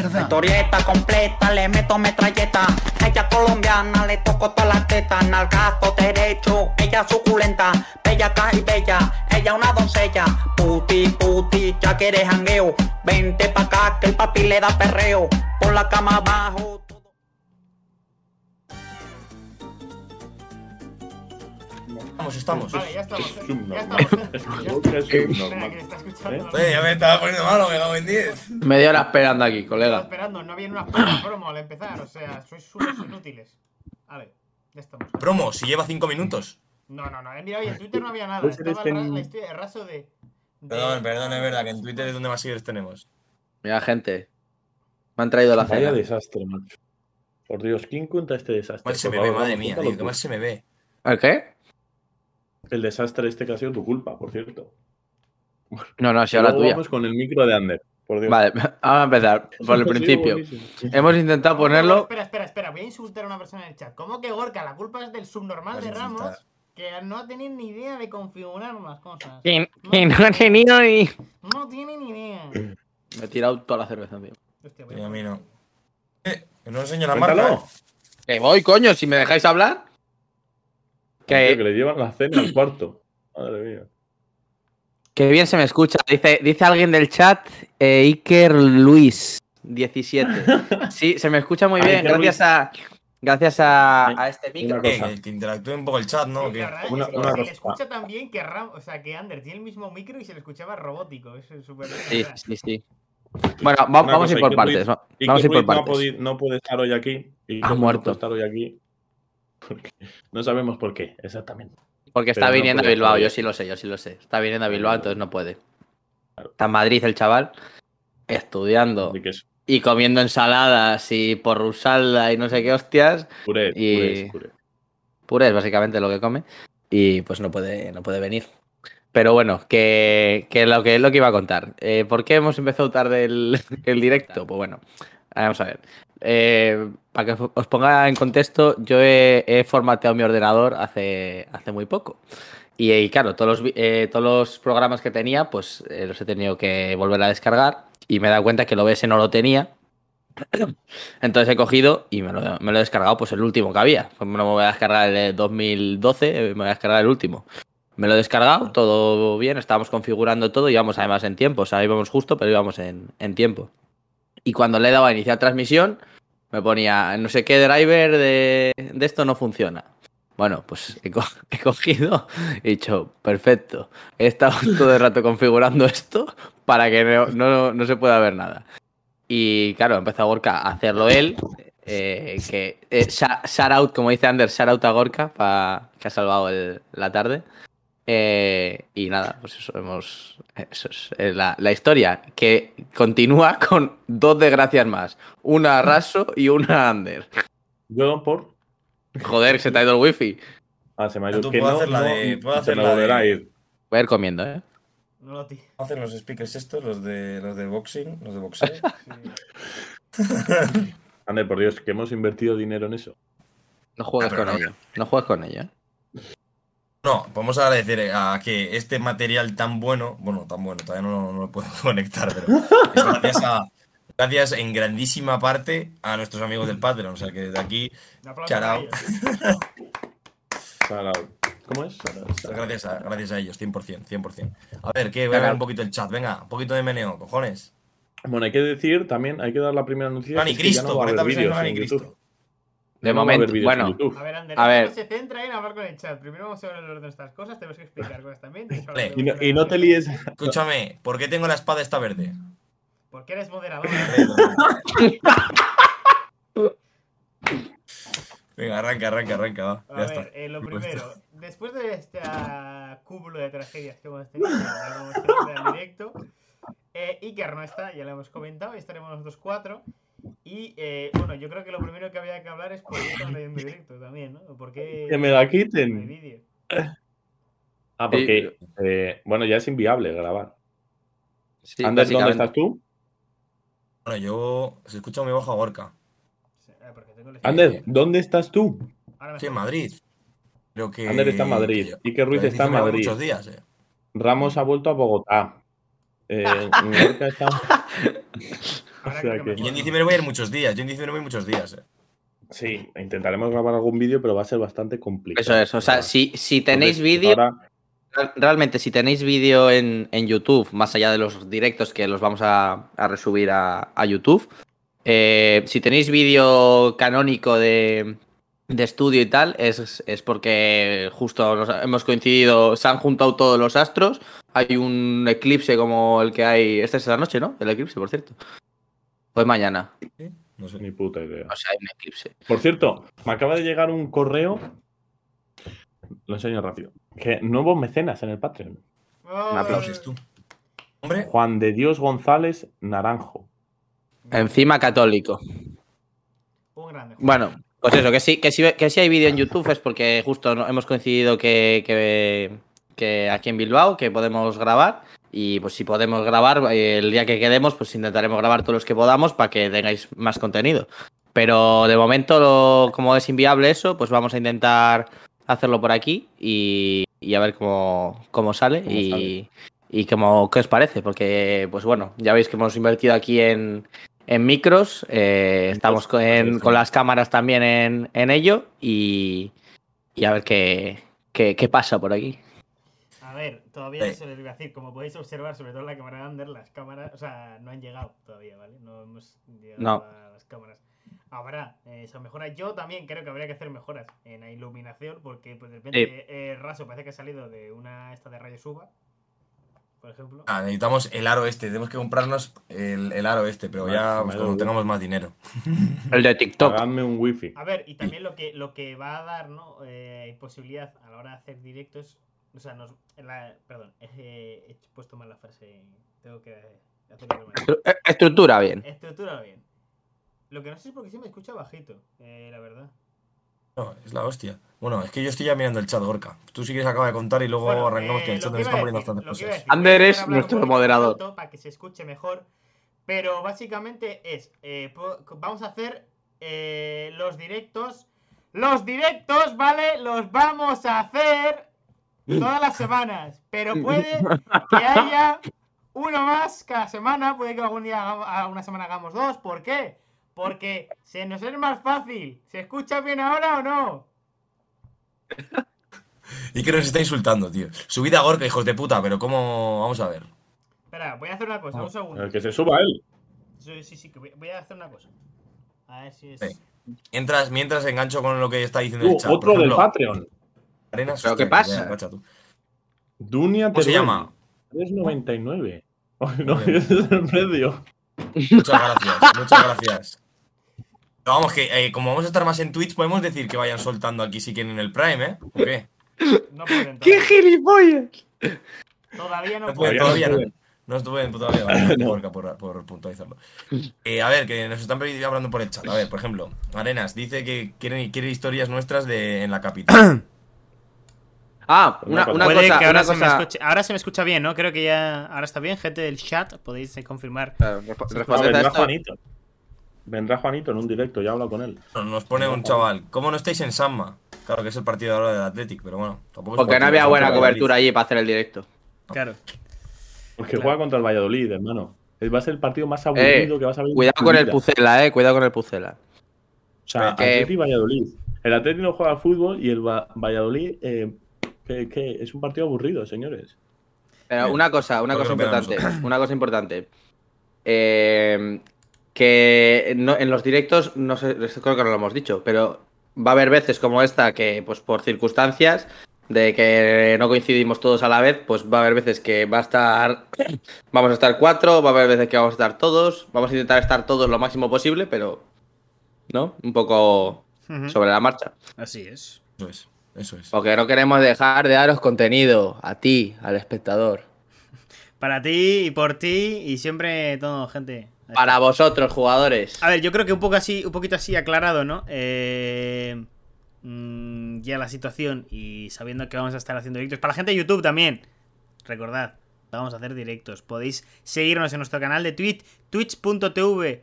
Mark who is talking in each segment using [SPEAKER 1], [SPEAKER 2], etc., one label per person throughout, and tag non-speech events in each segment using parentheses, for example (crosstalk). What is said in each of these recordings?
[SPEAKER 1] Fuerza.
[SPEAKER 2] Historieta completa, le meto metralleta. Ella colombiana, le toco todas las tetas. Nalgazo derecho, ella suculenta. Bella caja y bella, ella una doncella. Puti, puti, ya que eres jangueo. Vente pa' acá que el papi le da perreo. Por la cama abajo. todo-
[SPEAKER 3] Vamos, estamos.
[SPEAKER 4] Vale, ya estamos. ¿eh?
[SPEAKER 5] Es
[SPEAKER 4] Ya
[SPEAKER 5] subnormal.
[SPEAKER 4] estamos. Ya
[SPEAKER 5] (laughs) Es
[SPEAKER 4] estamos. Eh, Espera, que
[SPEAKER 5] subnormal.
[SPEAKER 4] le está
[SPEAKER 5] ¿Eh?
[SPEAKER 4] escuchando.
[SPEAKER 3] Oye, ya me estaba poniendo malo, que vamos en 10.
[SPEAKER 6] Media hora esperando aquí,
[SPEAKER 4] Estaba
[SPEAKER 6] colega.
[SPEAKER 4] esperando, no viene una puta promo al empezar. O sea, sois unos inútiles. Vale, ya estamos.
[SPEAKER 3] Promo, si lleva 5 minutos.
[SPEAKER 4] No, no, no. eh, Mira, oye, en Twitter no había nada.
[SPEAKER 5] Puede ser
[SPEAKER 4] Estaba el,
[SPEAKER 5] este
[SPEAKER 4] ra-
[SPEAKER 5] en-
[SPEAKER 4] la historia, el raso de. de-
[SPEAKER 3] Perdón, perdón, es verdad que en Twitter es donde más seguidores tenemos.
[SPEAKER 6] Mira, gente. Me han traído la
[SPEAKER 5] Vaya
[SPEAKER 6] cena.
[SPEAKER 5] desastre, macho. Por Dios, ¿quién cuenta este desastre?
[SPEAKER 3] Mal se
[SPEAKER 5] Por
[SPEAKER 3] me ve,
[SPEAKER 5] favor,
[SPEAKER 3] madre
[SPEAKER 5] vamos,
[SPEAKER 3] mía,
[SPEAKER 5] cuéntalo
[SPEAKER 3] tío, que
[SPEAKER 5] tú.
[SPEAKER 3] mal se me ve.
[SPEAKER 6] ¿El qué?
[SPEAKER 5] El desastre este que ha sido tu culpa, por cierto.
[SPEAKER 6] No, no, si ahora
[SPEAKER 5] Luego
[SPEAKER 6] tuya.
[SPEAKER 5] vamos con el micro de Ander, por Dios.
[SPEAKER 6] Vale, (laughs) vamos a empezar por el
[SPEAKER 5] Ha sido
[SPEAKER 6] principio.
[SPEAKER 5] buenísimo.
[SPEAKER 6] Hemos intentado ponerlo.
[SPEAKER 4] Espera, espera, espera. Voy a insultar a una persona en el chat. ¿Cómo que Gorka? La culpa es del subnormal
[SPEAKER 3] Vas a
[SPEAKER 4] de Ramos
[SPEAKER 3] insultar.
[SPEAKER 4] que no ha tenido ni idea de configurar unas cosas.
[SPEAKER 7] Que, que no he tenido ni.
[SPEAKER 4] No tiene ni idea.
[SPEAKER 6] Me he tirado toda la cerveza, tío.
[SPEAKER 4] Hostia, voy
[SPEAKER 3] Y
[SPEAKER 4] a-
[SPEAKER 3] a mí no. Eh, que no enseño la
[SPEAKER 5] Cuéntalo.
[SPEAKER 3] marca.
[SPEAKER 6] Que voy, coño, si me dejáis hablar.
[SPEAKER 5] Tío, que
[SPEAKER 7] Que,
[SPEAKER 5] le llevan la cena al cuarto. Madre mía.
[SPEAKER 7] que bien se me escucha. Dice, dice alguien del chat, eh, Iker Luis,
[SPEAKER 5] (laughs)
[SPEAKER 6] 17. Sí, se me escucha muy
[SPEAKER 5] Ay,
[SPEAKER 6] bien.
[SPEAKER 5] qué
[SPEAKER 6] Gracias a. Gracias a, a este
[SPEAKER 5] Una
[SPEAKER 6] micro.
[SPEAKER 3] Eh,
[SPEAKER 5] cosa.
[SPEAKER 3] que- que interactúe un poco el chat, ¿no?
[SPEAKER 4] Sí, ¿eh?
[SPEAKER 3] Que-
[SPEAKER 4] la verdad es
[SPEAKER 5] una-
[SPEAKER 4] que
[SPEAKER 5] una
[SPEAKER 4] se le
[SPEAKER 5] cosa.
[SPEAKER 4] escucha también que Ram, o sea, que Ander tiene el mismo micro y se le escuchaba robótico. Eso es súper.
[SPEAKER 6] Sí, sí, sí. Bueno, va-
[SPEAKER 5] Una
[SPEAKER 6] vamos
[SPEAKER 5] cosa,
[SPEAKER 6] a ir por
[SPEAKER 5] Iker
[SPEAKER 6] partes.
[SPEAKER 5] Ruiz-
[SPEAKER 6] va-
[SPEAKER 5] Y
[SPEAKER 6] Vamos a
[SPEAKER 5] que
[SPEAKER 6] ir por
[SPEAKER 5] Wade no, ha
[SPEAKER 6] partes.
[SPEAKER 5] podido- no puede estar hoy aquí. Y
[SPEAKER 6] Ha
[SPEAKER 5] que
[SPEAKER 6] muerto.
[SPEAKER 5] No puede estar hoy aquí. porque no sabemos por qué, exactamente.
[SPEAKER 6] Porque está
[SPEAKER 5] Pero no
[SPEAKER 6] viniendo a
[SPEAKER 5] podía
[SPEAKER 6] Bilbao,
[SPEAKER 5] salir.
[SPEAKER 6] yo sí lo sé, yo sí lo sé. Está viniendo a Bilbao,
[SPEAKER 5] Claro.
[SPEAKER 6] entonces no puede.
[SPEAKER 5] Claro.
[SPEAKER 6] Está en Madrid el chaval, estudiando
[SPEAKER 5] Así que es
[SPEAKER 6] y comiendo ensaladas y porrusalda y no sé qué hostias.
[SPEAKER 5] puré,
[SPEAKER 6] Y-
[SPEAKER 5] puré, puré.
[SPEAKER 6] Pura es básicamente lo que come y pues no puede, no puede venir. Pero bueno, que, que lo que lo que iba a contar. Eh, ¿Por qué hemos empezado tarde el, (laughs) el directo? Pues bueno, vamos a ver. Eh, para que os ponga en contexto, yo he, he formateado mi ordenador hace, hace muy poco. Y, eh, claro, todos los, vi- eh, todos los programas que tenía, pues eh, los he tenido que volver a descargar. Y me he dado cuenta que el OBS no lo tenía. Entonces he cogido y me lo, me lo he descargado, pues el último que había. Pues no me voy a descargar el de 2012, eh, me voy a descargar el último. Me lo he descargado, todo bien, estábamos configurando todo, íbamos además en tiempo, o sea, íbamos justo, pero íbamos en, en tiempo. Y cuando le he dado a iniciar transmisión, me ponía, no sé qué driver de, de esto no funciona. Bueno, pues he, co- (laughs) he cogido y he dicho, perfecto, he estado (laughs) todo el rato configurando esto para que no, no- no se pueda ver nada. Y claro, empezó Gorka a hacerlo él. eh, que eh, sha- shout out, como dice Ander, shout out a Gorka pa- que ha salvado el- la tarde. Eh, y nada, pues eso hemos. Eso es eh, la, la historia que continúa con dos desgracias más: una a Raso y una a Ander.
[SPEAKER 5] Yo por.
[SPEAKER 6] Joder, se te ha ido el wifi.
[SPEAKER 5] Ah, se me ha
[SPEAKER 3] Pero
[SPEAKER 5] ido.
[SPEAKER 3] tú
[SPEAKER 5] Que
[SPEAKER 3] puedes
[SPEAKER 5] no,
[SPEAKER 3] hacer la
[SPEAKER 5] no,
[SPEAKER 3] de- puedes
[SPEAKER 5] se
[SPEAKER 3] hacer
[SPEAKER 5] me
[SPEAKER 3] la de-
[SPEAKER 5] volverá a ir.
[SPEAKER 6] Voy a ir comiendo, ¿eh?
[SPEAKER 4] No lo tiene.
[SPEAKER 3] ¿Cómo hacen los speakers estos? Los de, los de boxing, los de boxeo. (laughs)
[SPEAKER 5] Ander, por Dios, que hemos invertido dinero en eso.
[SPEAKER 6] No juegues
[SPEAKER 3] Ah, pero
[SPEAKER 6] con
[SPEAKER 3] no,
[SPEAKER 6] ello. No juegues con ello. ¿eh?
[SPEAKER 3] No, vamos a agradecer a que este material tan bueno, bueno, tan bueno, todavía no, lo- no lo puedo (laughs) conectar, pero es gracias a- gracias en grandísima parte a nuestros amigos del Patreon, o sea que desde aquí,
[SPEAKER 4] Un aplauso
[SPEAKER 3] Shout
[SPEAKER 4] para
[SPEAKER 3] out.
[SPEAKER 4] ellos.
[SPEAKER 5] Para- ¿Cómo es?
[SPEAKER 3] gracias a, gracias a ellos, 100%, 100%. A ver, que voy a ver un poquito el chat, venga, un poquito de meneo, cojones.
[SPEAKER 5] Bueno, hay que decir también, hay que dar la primera noticia.
[SPEAKER 3] Dani
[SPEAKER 5] que es que ya
[SPEAKER 3] Cristo,
[SPEAKER 5] no va a haber
[SPEAKER 3] 40 personas
[SPEAKER 5] vídeos
[SPEAKER 3] no Dani
[SPEAKER 5] en
[SPEAKER 3] Cristo.
[SPEAKER 5] YouTube.
[SPEAKER 6] De
[SPEAKER 5] No va a haber
[SPEAKER 6] momento,
[SPEAKER 5] vídeos en
[SPEAKER 6] bueno.
[SPEAKER 5] YouTube.
[SPEAKER 4] A ver, Ander,
[SPEAKER 6] (laughs) A
[SPEAKER 4] a
[SPEAKER 6] ver.
[SPEAKER 4] no se centra en hablar con el chat. Primero vamos a hablar de nuestras cosas, tenemos que explicar cosas
[SPEAKER 5] (laughs)
[SPEAKER 4] también. de hecho,
[SPEAKER 3] Vale.
[SPEAKER 5] Y no,
[SPEAKER 4] hablamos de
[SPEAKER 5] y no te líes.
[SPEAKER 3] Escúchame, ¿por qué tengo la espada esta verde?
[SPEAKER 4] Porque eres moderador.
[SPEAKER 5] (laughs)
[SPEAKER 3] Venga, arranca, arranca, arranca, va,
[SPEAKER 4] A
[SPEAKER 3] ya
[SPEAKER 4] ver,
[SPEAKER 3] está.
[SPEAKER 4] eh, lo
[SPEAKER 3] Me (laughs)
[SPEAKER 4] primero, después de este ah, cúmulo de tragedias que hemos tenido, ya lo hemos comentado en directo, eh, Iker no está, ya lo hemos comentado, y estaremos nosotros cuatro. Y eh, bueno, yo creo que lo primero que había que hablar es por qué están en directo también, ¿no? ¿Por qué
[SPEAKER 5] Que me la
[SPEAKER 4] no hay
[SPEAKER 5] quiten.
[SPEAKER 4] vídeo?
[SPEAKER 5] Ah, porque. eh, bueno, ya es inviable grabar.
[SPEAKER 6] Sí,
[SPEAKER 5] Ander, ¿dónde
[SPEAKER 6] básicamente.
[SPEAKER 5] estás tú?
[SPEAKER 3] Bueno, yo se escucha muy bajo a Gorka.
[SPEAKER 4] Sí, ah, porque tengo el-
[SPEAKER 6] Eh,
[SPEAKER 5] Ander, ¿dónde estás tú?
[SPEAKER 4] Ahora
[SPEAKER 3] Sí, en
[SPEAKER 4] mejor.
[SPEAKER 3] Madrid. Creo que.
[SPEAKER 5] Ander está en Madrid.
[SPEAKER 3] que-
[SPEAKER 5] Iker Ruiz
[SPEAKER 3] que
[SPEAKER 5] está en
[SPEAKER 3] me va
[SPEAKER 5] Madrid.
[SPEAKER 3] Muchos días, eh.
[SPEAKER 6] (laughs)
[SPEAKER 5] Ramos ha vuelto a Bogotá. Eh, Gorka está-
[SPEAKER 4] Ahora
[SPEAKER 5] O sea
[SPEAKER 4] creo
[SPEAKER 3] Y yo
[SPEAKER 5] que-
[SPEAKER 4] que me
[SPEAKER 3] en
[SPEAKER 4] acuerdo.
[SPEAKER 3] diciembre voy a ir muchos días. Yo en diciembre voy a ir muchos días. eh.
[SPEAKER 5] Sí, intentaremos grabar algún vídeo, pero va a ser bastante complicado.
[SPEAKER 6] Eso es, o sea, si, si tenéis
[SPEAKER 5] Entonces,
[SPEAKER 6] vídeo,
[SPEAKER 5] ahora-
[SPEAKER 6] real- realmente si tenéis vídeo en, en YouTube, más allá de los directos que los vamos a, a resubir a, a YouTube, eh, si tenéis vídeo canónico de, de estudio y tal, es, es porque justo nos ha- hemos coincidido, se han juntado todos los astros, hay un eclipse como el que hay, esta es esta noche, ¿no? El eclipse, por cierto. Pues mañana,
[SPEAKER 3] No sé.
[SPEAKER 5] Ni puta idea.
[SPEAKER 6] o sea, hay un eclipse.
[SPEAKER 5] Por cierto, me acaba de llegar un correo. Lo enseño rápido. Que nuevos mecenas en el Patreon.
[SPEAKER 4] Ay,
[SPEAKER 6] Un
[SPEAKER 5] Ah,
[SPEAKER 6] aplauso.
[SPEAKER 3] Dices tú. Hombre,
[SPEAKER 5] Juan de Dios González Naranjo.
[SPEAKER 6] Encima católico.
[SPEAKER 4] Un grande. Juan.
[SPEAKER 6] Bueno, pues eso, que sí, que sí, que sí hay vídeo en YouTube es porque justo no- hemos coincidido que, que- que aquí en Bilbao que podemos grabar y pues si podemos grabar eh, el día que quedemos pues intentaremos grabar todos los que podamos para que tengáis más contenido. Pero de momento, lo- como es inviable eso, pues vamos a intentar hacerlo por aquí y, y a ver cómo, cómo sale
[SPEAKER 5] Cómo
[SPEAKER 6] y,
[SPEAKER 5] sale.
[SPEAKER 6] y cómo, qué os parece. Porque, pues bueno, ya veis que hemos invertido aquí en, en micros, eh, estamos con, en- con las cámaras también en, en ello y, y a ver qué, qué, qué pasa por aquí.
[SPEAKER 4] A ver, todavía no
[SPEAKER 3] Sí.
[SPEAKER 4] se les voy a decir. Como podéis observar, sobre todo en la cámara de Ander, las cámaras, o sea, no han llegado todavía, ¿vale? No hemos llegado
[SPEAKER 6] No.
[SPEAKER 4] a las cámaras. Habrá eh, esas mejoras. Yo también creo que habría que hacer mejoras en la iluminación, porque pues, de repente eh, Raso parece que ha salido de una esta de rayos UVA, por ejemplo.
[SPEAKER 3] ah, necesitamos el aro este. Tenemos que comprarnos el, el aro este, pero
[SPEAKER 5] Vale,
[SPEAKER 3] ya
[SPEAKER 5] me
[SPEAKER 3] pues,
[SPEAKER 5] lo
[SPEAKER 3] cuando
[SPEAKER 5] digo.
[SPEAKER 3] tengamos más dinero.
[SPEAKER 6] El de TikTok.
[SPEAKER 5] Pagadme un wifi.
[SPEAKER 4] A ver, y también lo que, lo que va a dar, ¿no? Eh, posibilidad a la hora de hacer directos. O sea, nos. la- perdón, (laughs) eh, he puesto mal la frase. Tengo que hacerlo de manera.
[SPEAKER 6] Estru- eh, Estructura bien.
[SPEAKER 4] Estructura bien. Lo que no sé es por qué se me escucha bajito, eh, la verdad.
[SPEAKER 3] No, es la hostia. Bueno, es que yo estoy ya mirando el chat, Gorka. Tú si quieres acaba de contar y luego
[SPEAKER 4] Bueno,
[SPEAKER 3] arrancamos
[SPEAKER 4] eh,
[SPEAKER 3] que el chat
[SPEAKER 4] lo
[SPEAKER 3] me
[SPEAKER 4] que
[SPEAKER 3] está
[SPEAKER 4] iba a
[SPEAKER 3] poniendo
[SPEAKER 4] decir,
[SPEAKER 3] bastantes
[SPEAKER 4] lo que iba
[SPEAKER 3] cosas.
[SPEAKER 4] a decir,
[SPEAKER 6] Ander
[SPEAKER 4] voy a
[SPEAKER 6] es
[SPEAKER 4] hablar un
[SPEAKER 6] nuestro
[SPEAKER 4] poquito más
[SPEAKER 6] moderador.
[SPEAKER 4] alto Para que se escuche mejor. Pero básicamente es, eh, po- vamos a hacer eh, los directos. Los directos, ¿vale? Los vamos a hacer todas las semanas. Pero puede que haya uno más cada semana. Puede que algún día, hagamos- alguna semana hagamos dos. ¿Por qué? Porque se nos es más fácil. ¿Se escucha bien ahora o no?
[SPEAKER 3] Y que nos está insultando, tío. Subida a Gorka, hijos de puta, pero ¿cómo? Vamos a ver.
[SPEAKER 4] Espera, voy a hacer una
[SPEAKER 6] Ah,
[SPEAKER 4] cosa, un segundo.
[SPEAKER 5] El que se suba él.
[SPEAKER 4] Sí, sí, sí, que voy, voy a hacer una cosa. A ver si es.
[SPEAKER 3] Sí. Mientras, mientras engancho con lo que está diciendo
[SPEAKER 5] Uh,
[SPEAKER 3] el chat. por
[SPEAKER 5] otro del
[SPEAKER 3] ejemplo,
[SPEAKER 5] Patreon.
[SPEAKER 3] Arenas,
[SPEAKER 6] Pero,
[SPEAKER 3] hostia,
[SPEAKER 6] ¿qué pasa?
[SPEAKER 3] ya, guacha tú.
[SPEAKER 5] Dunia
[SPEAKER 3] ¿Cómo se
[SPEAKER 5] Teruel, (laughs)
[SPEAKER 3] llama?
[SPEAKER 5] 3.99. (laughs) Ay, no,
[SPEAKER 3] Vale.
[SPEAKER 5] ese es el precio.
[SPEAKER 3] Muchas gracias, muchas gracias. Pero vamos, que eh, como vamos a estar más en Twitch, podemos decir que vayan soltando aquí si quieren el Prime, ¿eh? ¿O qué?
[SPEAKER 4] No puedo entrar.
[SPEAKER 6] ¡Qué gilipollas!
[SPEAKER 4] Todavía no
[SPEAKER 3] No
[SPEAKER 4] puedo.
[SPEAKER 3] pueden
[SPEAKER 5] Todavía
[SPEAKER 3] todavía,
[SPEAKER 5] no
[SPEAKER 3] no. No estuve todavía, vale,
[SPEAKER 5] No.
[SPEAKER 3] gracias, Gorka, por, por puntualizarlo. Eh, a ver, que nos están pedi- hablando por el chat. A ver, por ejemplo, Arenas dice que quiere, quiere historias nuestras de, en la capital.
[SPEAKER 6] Ah,
[SPEAKER 5] Una
[SPEAKER 6] una,
[SPEAKER 5] cosa.
[SPEAKER 6] una
[SPEAKER 4] Pues Puede
[SPEAKER 6] cosa.
[SPEAKER 4] que ahora,
[SPEAKER 6] una
[SPEAKER 4] se me
[SPEAKER 6] cosa-
[SPEAKER 4] escuche, ahora se me escucha bien, ¿no? Creo que ya ahora está bien, gente del chat, podéis eh, confirmar.
[SPEAKER 6] Claro, resp-
[SPEAKER 5] Ah,
[SPEAKER 6] responded a
[SPEAKER 5] vendrá
[SPEAKER 6] Pues esto.
[SPEAKER 5] Juanito. Vendrá Juanito en un directo, ya hablo con él.
[SPEAKER 3] Nos pone un chaval, ¿cómo no estáis en Sanma? Claro que es el partido ahora del Athletic, pero bueno, tampoco es
[SPEAKER 6] Porque no
[SPEAKER 3] partido,
[SPEAKER 6] había
[SPEAKER 3] es
[SPEAKER 6] buena
[SPEAKER 3] partido
[SPEAKER 6] cobertura
[SPEAKER 3] del
[SPEAKER 6] allí para hacer el directo.
[SPEAKER 4] Claro.
[SPEAKER 5] Porque
[SPEAKER 4] Claro.
[SPEAKER 5] juega contra el Valladolid, hermano. Va a ser el partido más aburrido que vas a ver. en
[SPEAKER 6] Cuidado
[SPEAKER 5] tu
[SPEAKER 6] con el
[SPEAKER 5] vida.
[SPEAKER 6] Pucela, eh. Cuidado con el Pucela.
[SPEAKER 5] O sea,
[SPEAKER 6] Que-
[SPEAKER 5] Atleti y Valladolid. El Atleti no juega al fútbol y el Va- Valladolid eh, que, que es un partido aburrido, señores.
[SPEAKER 6] Pero
[SPEAKER 3] Bien.
[SPEAKER 6] una cosa, una
[SPEAKER 3] Creo
[SPEAKER 6] cosa
[SPEAKER 3] que lo
[SPEAKER 6] importante. Una cosa importante. Eh, que no- en los directos, no sé, esto creo que no lo hemos dicho, pero va a haber veces como esta que, pues por circunstancias de que no coincidimos todos a la vez, pues va a haber veces que va a estar. (coughs) Vamos a estar cuatro, va a haber veces que vamos a estar todos. Vamos a intentar estar todos lo máximo posible, pero. ¿No? Un poco sobre la marcha.
[SPEAKER 4] Así es.
[SPEAKER 3] Eso es, eso es.
[SPEAKER 6] Porque no queremos dejar de daros contenido a ti, al espectador.
[SPEAKER 4] Para ti y por ti y siempre todo, gente. Ahí
[SPEAKER 6] Para
[SPEAKER 4] está. Ah,
[SPEAKER 6] vosotros, jugadores.
[SPEAKER 4] A ver, yo creo que un poco así, un poquito así aclarado, ¿no? Eh, mm, ya la situación y sabiendo que vamos a estar haciendo directos. Para la gente de YouTube también. Recordad, vamos a hacer directos. Podéis seguirnos en nuestro canal de Twitch, twitch.tv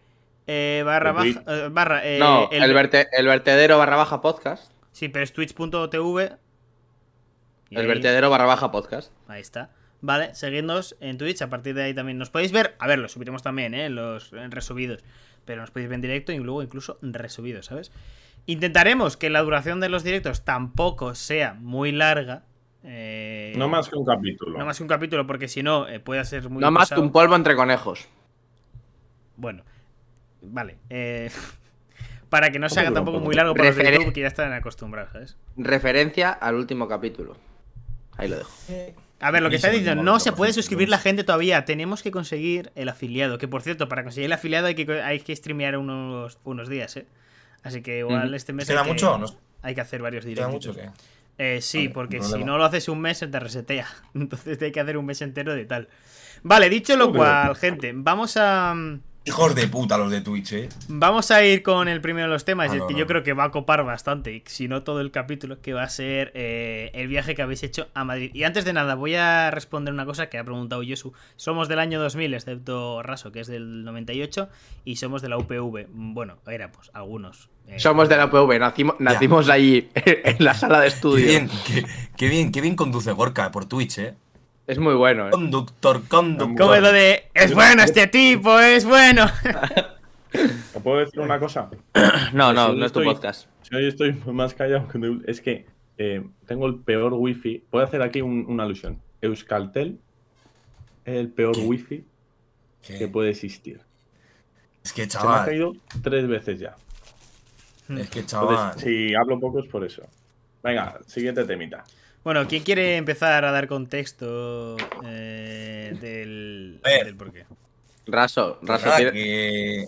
[SPEAKER 4] eh, barra
[SPEAKER 5] De Twitch.
[SPEAKER 4] baja, eh, barra eh,
[SPEAKER 6] No, el, verte- el vertedero barra baja podcast.
[SPEAKER 4] Sí, pero es twitch.tv. Y
[SPEAKER 6] El
[SPEAKER 4] ahí-
[SPEAKER 6] vertedero barra baja podcast.
[SPEAKER 4] Ahí está. ¿vale? Seguidnos en Twitch, a partir de ahí también nos podéis ver. A ver, los subiremos también, ¿eh? Los resubidos. Pero nos podéis ver en directo y luego incluso resubidos, ¿sabes? Intentaremos que la duración de los directos tampoco sea muy larga. eh,
[SPEAKER 5] No más que un capítulo.
[SPEAKER 4] no más que un capítulo, porque si no, eh, puede ser muy.
[SPEAKER 6] No más que
[SPEAKER 4] pesado.
[SPEAKER 6] un polvo entre conejos.
[SPEAKER 4] Bueno, vale. eh, (laughs) para que no se haga
[SPEAKER 5] Duro,
[SPEAKER 4] tampoco
[SPEAKER 5] duro.
[SPEAKER 4] muy largo para los de
[SPEAKER 6] Referen-
[SPEAKER 4] YouTube, que ya están acostumbrados, ¿sabes?
[SPEAKER 6] Referencia al último capítulo. Ahí lo dejo.
[SPEAKER 4] A ver, lo que está
[SPEAKER 3] Buenísimo,
[SPEAKER 4] diciendo, no
[SPEAKER 3] vamos,
[SPEAKER 4] se
[SPEAKER 3] vamos,
[SPEAKER 4] puede
[SPEAKER 3] vamos.
[SPEAKER 4] suscribir la gente todavía. Tenemos que conseguir el afiliado. Que por cierto, para conseguir el afiliado hay que, co- hay que streamear unos, unos días, ¿eh? Así que igual
[SPEAKER 8] Ujú.
[SPEAKER 4] este mes.
[SPEAKER 3] ¿Queda
[SPEAKER 4] hay que-
[SPEAKER 3] mucho? ¿Nos
[SPEAKER 4] Hay que hacer varios
[SPEAKER 3] queda
[SPEAKER 4] directos.
[SPEAKER 3] mucho? o qué?
[SPEAKER 4] Eh, sí,
[SPEAKER 3] Vale,
[SPEAKER 4] porque
[SPEAKER 3] no
[SPEAKER 4] si
[SPEAKER 3] problema.
[SPEAKER 4] no lo haces un mes se te resetea. (laughs) Entonces te hay que hacer un mes entero de tal. Vale, dicho lo
[SPEAKER 5] Joder.
[SPEAKER 4] cual, gente, vamos a. mm,
[SPEAKER 3] Hijos de puta los de Twitch, eh.
[SPEAKER 4] Vamos a ir con el primero de los temas,
[SPEAKER 3] Ah,
[SPEAKER 4] y es
[SPEAKER 3] no,
[SPEAKER 4] que
[SPEAKER 3] no,
[SPEAKER 4] yo
[SPEAKER 3] no.
[SPEAKER 4] creo que va a copar bastante, y si no todo el capítulo, que va a ser eh, el viaje que habéis hecho a Madrid. Y antes de nada, voy a responder una cosa que ha preguntado Yosu. Somos del año 2000, excepto Raso, que es del 98, y somos de la UPV. Bueno, éramos algunos. eh,
[SPEAKER 6] Somos de la UPV, nacimo- nacimos allí, (laughs) en la sala de
[SPEAKER 3] Qué
[SPEAKER 6] estudio.
[SPEAKER 3] bien, qué, qué bien, qué bien conduce Gorka por Twitch, eh.
[SPEAKER 6] Es muy bueno, ¿eh?
[SPEAKER 3] Conductor, conductor.
[SPEAKER 4] Como lo de, es bueno este tipo, es bueno. (laughs)
[SPEAKER 5] ¿Te puedo decir una cosa?
[SPEAKER 6] No, no,
[SPEAKER 5] Sí,
[SPEAKER 6] no es tu
[SPEAKER 5] estoy-
[SPEAKER 6] podcast.
[SPEAKER 5] Si hoy estoy más callado que un- Es que eh, tengo el peor wifi. Voy a hacer aquí un- una alusión. Euskaltel es el peor
[SPEAKER 3] ¿Qué?
[SPEAKER 5] wifi
[SPEAKER 3] ¿Qué?
[SPEAKER 5] que puede existir.
[SPEAKER 3] Es que
[SPEAKER 5] Se me ha
[SPEAKER 3] chaval,
[SPEAKER 5] caído tres veces ya.
[SPEAKER 3] es que chaval.
[SPEAKER 5] Entonces, si hablo poco es por eso. Venga, siguiente temita.
[SPEAKER 4] Bueno, ¿quién quiere empezar a dar contexto eh, del,
[SPEAKER 3] A ver.
[SPEAKER 4] del por qué?
[SPEAKER 6] Raso, Raso,
[SPEAKER 3] Nada,
[SPEAKER 6] tira-
[SPEAKER 3] Ah, que...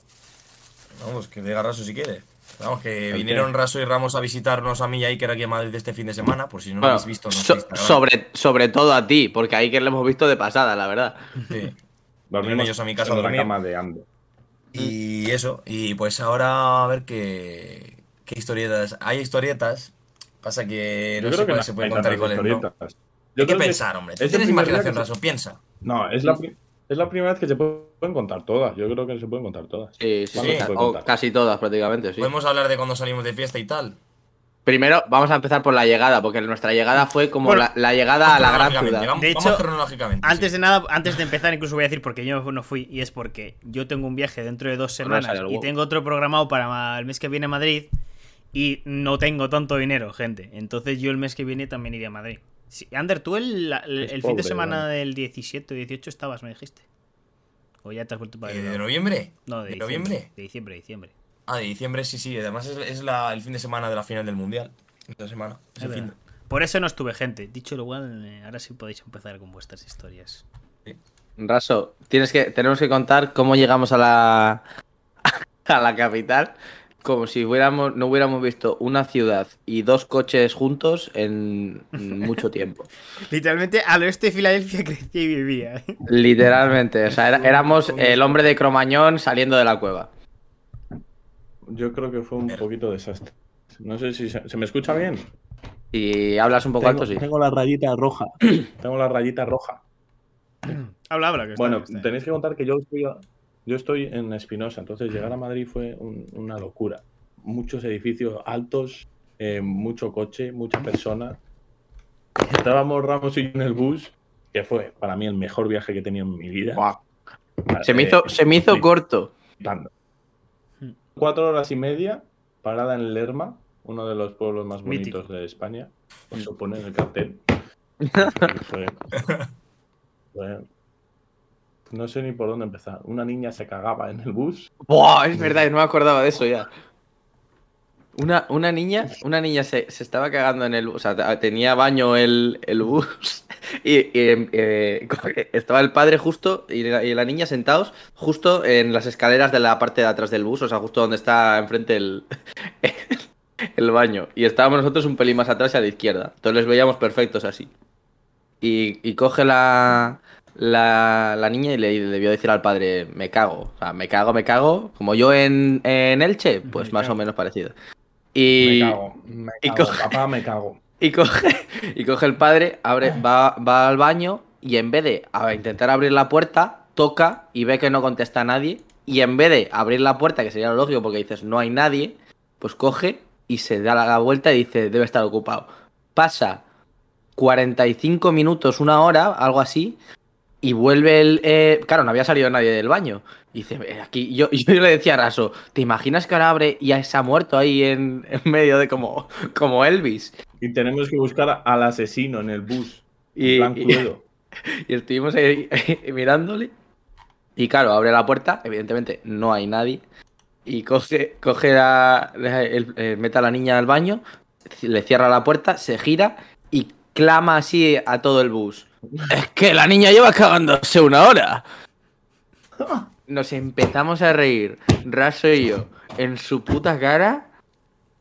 [SPEAKER 3] Vamos, que diga Raso si quiere. Vamos, que
[SPEAKER 5] Ok.
[SPEAKER 3] vinieron Raso y Ramos a visitarnos a mí y a Iker aquí en Madrid este fin de semana, por si no
[SPEAKER 6] bueno,
[SPEAKER 3] lo habéis visto. No
[SPEAKER 6] so- sobre, sobre todo a ti, porque ahí que lo hemos visto de pasada, la verdad.
[SPEAKER 5] Dormimos
[SPEAKER 3] ellos a mi casa a
[SPEAKER 5] en la
[SPEAKER 3] dormir.
[SPEAKER 5] cama de Ando.
[SPEAKER 3] Y eso, y pues ahora a ver qué, qué historietas. Hay historietas, pasa que no sé cuáles se pueden
[SPEAKER 5] hay
[SPEAKER 3] contar y
[SPEAKER 5] tantas
[SPEAKER 3] cuáles no.
[SPEAKER 5] historietas. Yo
[SPEAKER 3] Hay que
[SPEAKER 5] creo que
[SPEAKER 3] pensar, hombre. Tú
[SPEAKER 5] es el
[SPEAKER 3] tienes
[SPEAKER 5] primer día
[SPEAKER 3] imaginación,
[SPEAKER 5] que se-
[SPEAKER 3] Raso, piensa.
[SPEAKER 5] No, es la, pri- es la primera vez que se pueden contar todas. Yo creo que se pueden contar todas.
[SPEAKER 6] Sí, sí,
[SPEAKER 3] Vamos,
[SPEAKER 6] sí,
[SPEAKER 5] se puede
[SPEAKER 6] o
[SPEAKER 5] contar.
[SPEAKER 6] casi todas prácticamente, sí.
[SPEAKER 3] Podemos hablar de cuando salimos de fiesta y tal.
[SPEAKER 6] Primero, vamos a empezar por la llegada, porque nuestra llegada fue como
[SPEAKER 4] Bueno,
[SPEAKER 6] la, la llegada a Ah, la gran
[SPEAKER 3] Cronológicamente,
[SPEAKER 6] ciudad.
[SPEAKER 3] Vamos,
[SPEAKER 4] De
[SPEAKER 3] vamos
[SPEAKER 4] hecho,
[SPEAKER 3] cronológicamente.
[SPEAKER 4] Antes
[SPEAKER 3] sí.
[SPEAKER 4] de nada, antes de empezar, incluso voy a decir porque yo no fui, y es porque yo tengo un viaje dentro de dos
[SPEAKER 6] Ahora sale
[SPEAKER 4] semanas
[SPEAKER 6] el
[SPEAKER 4] y
[SPEAKER 6] huevo.
[SPEAKER 4] tengo otro programado para ma- el mes que viene a Madrid y no tengo tanto dinero, gente. Entonces yo el mes que viene también iré a Madrid. Sí, Ander, tú el, la- el-
[SPEAKER 5] Es
[SPEAKER 4] el fin
[SPEAKER 5] pobre,
[SPEAKER 4] de semana
[SPEAKER 5] ¿verdad?
[SPEAKER 4] del 17 o 18 estabas, me dijiste. O ya te has vuelto para
[SPEAKER 3] Eh,
[SPEAKER 4] Bilbao.
[SPEAKER 3] ¿De noviembre?
[SPEAKER 4] No, de,
[SPEAKER 3] ¿De
[SPEAKER 4] diciembre,
[SPEAKER 3] noviembre?
[SPEAKER 4] De diciembre, de diciembre.
[SPEAKER 3] Ah, de diciembre, sí, sí. Además es, es la- el fin de semana de la final del Mundial. Esta semana.
[SPEAKER 4] Es
[SPEAKER 3] ese fin
[SPEAKER 4] verdad. Por eso no estuve, gente. Dicho lo cual, eh, ahora sí podéis empezar con vuestras historias.
[SPEAKER 6] Raso, tienes que, tenemos que contar cómo llegamos a la, (laughs) a la capital, como si hubiéramos, no hubiéramos visto una ciudad y dos coches juntos en mucho tiempo.
[SPEAKER 4] Literalmente al oeste de Filadelfia (laughs) crecí y vivía. ¿eh?
[SPEAKER 6] Literalmente, o sea, era- éramos el hombre de Cromañón saliendo de la cueva.
[SPEAKER 5] Yo creo que fue un poquito desastre. No sé si se, ¿se me escucha bien.
[SPEAKER 6] Y hablas un poco alto, sí.
[SPEAKER 5] la rayita (clears throat) roja. tengo la rayita roja.
[SPEAKER 4] Habla, habla, que está
[SPEAKER 5] Bueno,
[SPEAKER 4] bien, está bien.
[SPEAKER 5] tenéis que contar que yo estoy, yo estoy en Espinosa, entonces llegar a Madrid fue un- una locura. Muchos edificios altos, eh, mucho coche, muchas personas. Estábamos Ramos y yo en el bus, que fue para mí el mejor viaje que he tenido en mi vida.
[SPEAKER 6] Guau. Se me hizo, se me hizo
[SPEAKER 5] Eh, Sí.
[SPEAKER 6] corto.
[SPEAKER 5] Dando.
[SPEAKER 4] Hmm.
[SPEAKER 5] Cuatro horas y media, parada en Lerma, uno de los pueblos más
[SPEAKER 4] Mítico.
[SPEAKER 5] bonitos de España.
[SPEAKER 6] Hmm.
[SPEAKER 5] Eso pone en el
[SPEAKER 6] (laughs)
[SPEAKER 5] cartel. Fue- fue- No sé ni por dónde empezar. Una niña se cagaba en el bus.
[SPEAKER 6] Buah, es verdad, no me acordaba de eso ya. Una, una niña, una niña se, se estaba cagando en el bus, o sea, te- tenía baño el, el bus (laughs) y, y, eh, como que estaba el padre justo y la, y la niña sentados justo en las escaleras de la parte de atrás del bus, o sea, justo donde está enfrente el, (laughs) el baño. Y estábamos nosotros un pelín más atrás y a la izquierda, entonces les veíamos perfectos así. Y, y coge la, la, la niña y le, y le debió decir al padre, me cago, o sea, me cago, me cago, como yo en, en Elche, pues
[SPEAKER 4] Me
[SPEAKER 6] más
[SPEAKER 4] cago.
[SPEAKER 6] o menos parecido. Y,
[SPEAKER 5] me cago, me
[SPEAKER 6] y
[SPEAKER 5] cago,
[SPEAKER 6] coge-
[SPEAKER 5] papá, me cago.
[SPEAKER 6] y coge, (laughs) y coge el padre, abre, va, va al baño y en vez de a- intentar abrir la puerta, toca y ve que no contesta a nadie. Y en vez de abrir la puerta, que sería lo lógico porque dices no hay nadie, pues coge y se da la vuelta y dice debe estar ocupado. Pasa 45 minutos, una hora, algo así. Y vuelve el. eh, claro, no había salido nadie del baño. Y dice, eh, aquí. Yo, (laughs) yo le decía a Raso, ¿te imaginas que ahora abre y ya se ha muerto ahí en, en medio de como, como Elvis?
[SPEAKER 5] Y tenemos que buscar al asesino en el bus.
[SPEAKER 6] Y,
[SPEAKER 5] plan
[SPEAKER 6] y-
[SPEAKER 5] Cluedo.
[SPEAKER 6] (laughs) y estuvimos ahí, mirándole. Y claro, abre la puerta, evidentemente no hay nadie. Y coge, coge la, la- el- eh, mete a la niña al baño, le cierra la puerta, se gira y clama así a todo el
[SPEAKER 5] (laughs)
[SPEAKER 6] bus. Es que la niña lleva cagándose una hora. Nos empezamos a reír, Raso y yo, en su puta cara.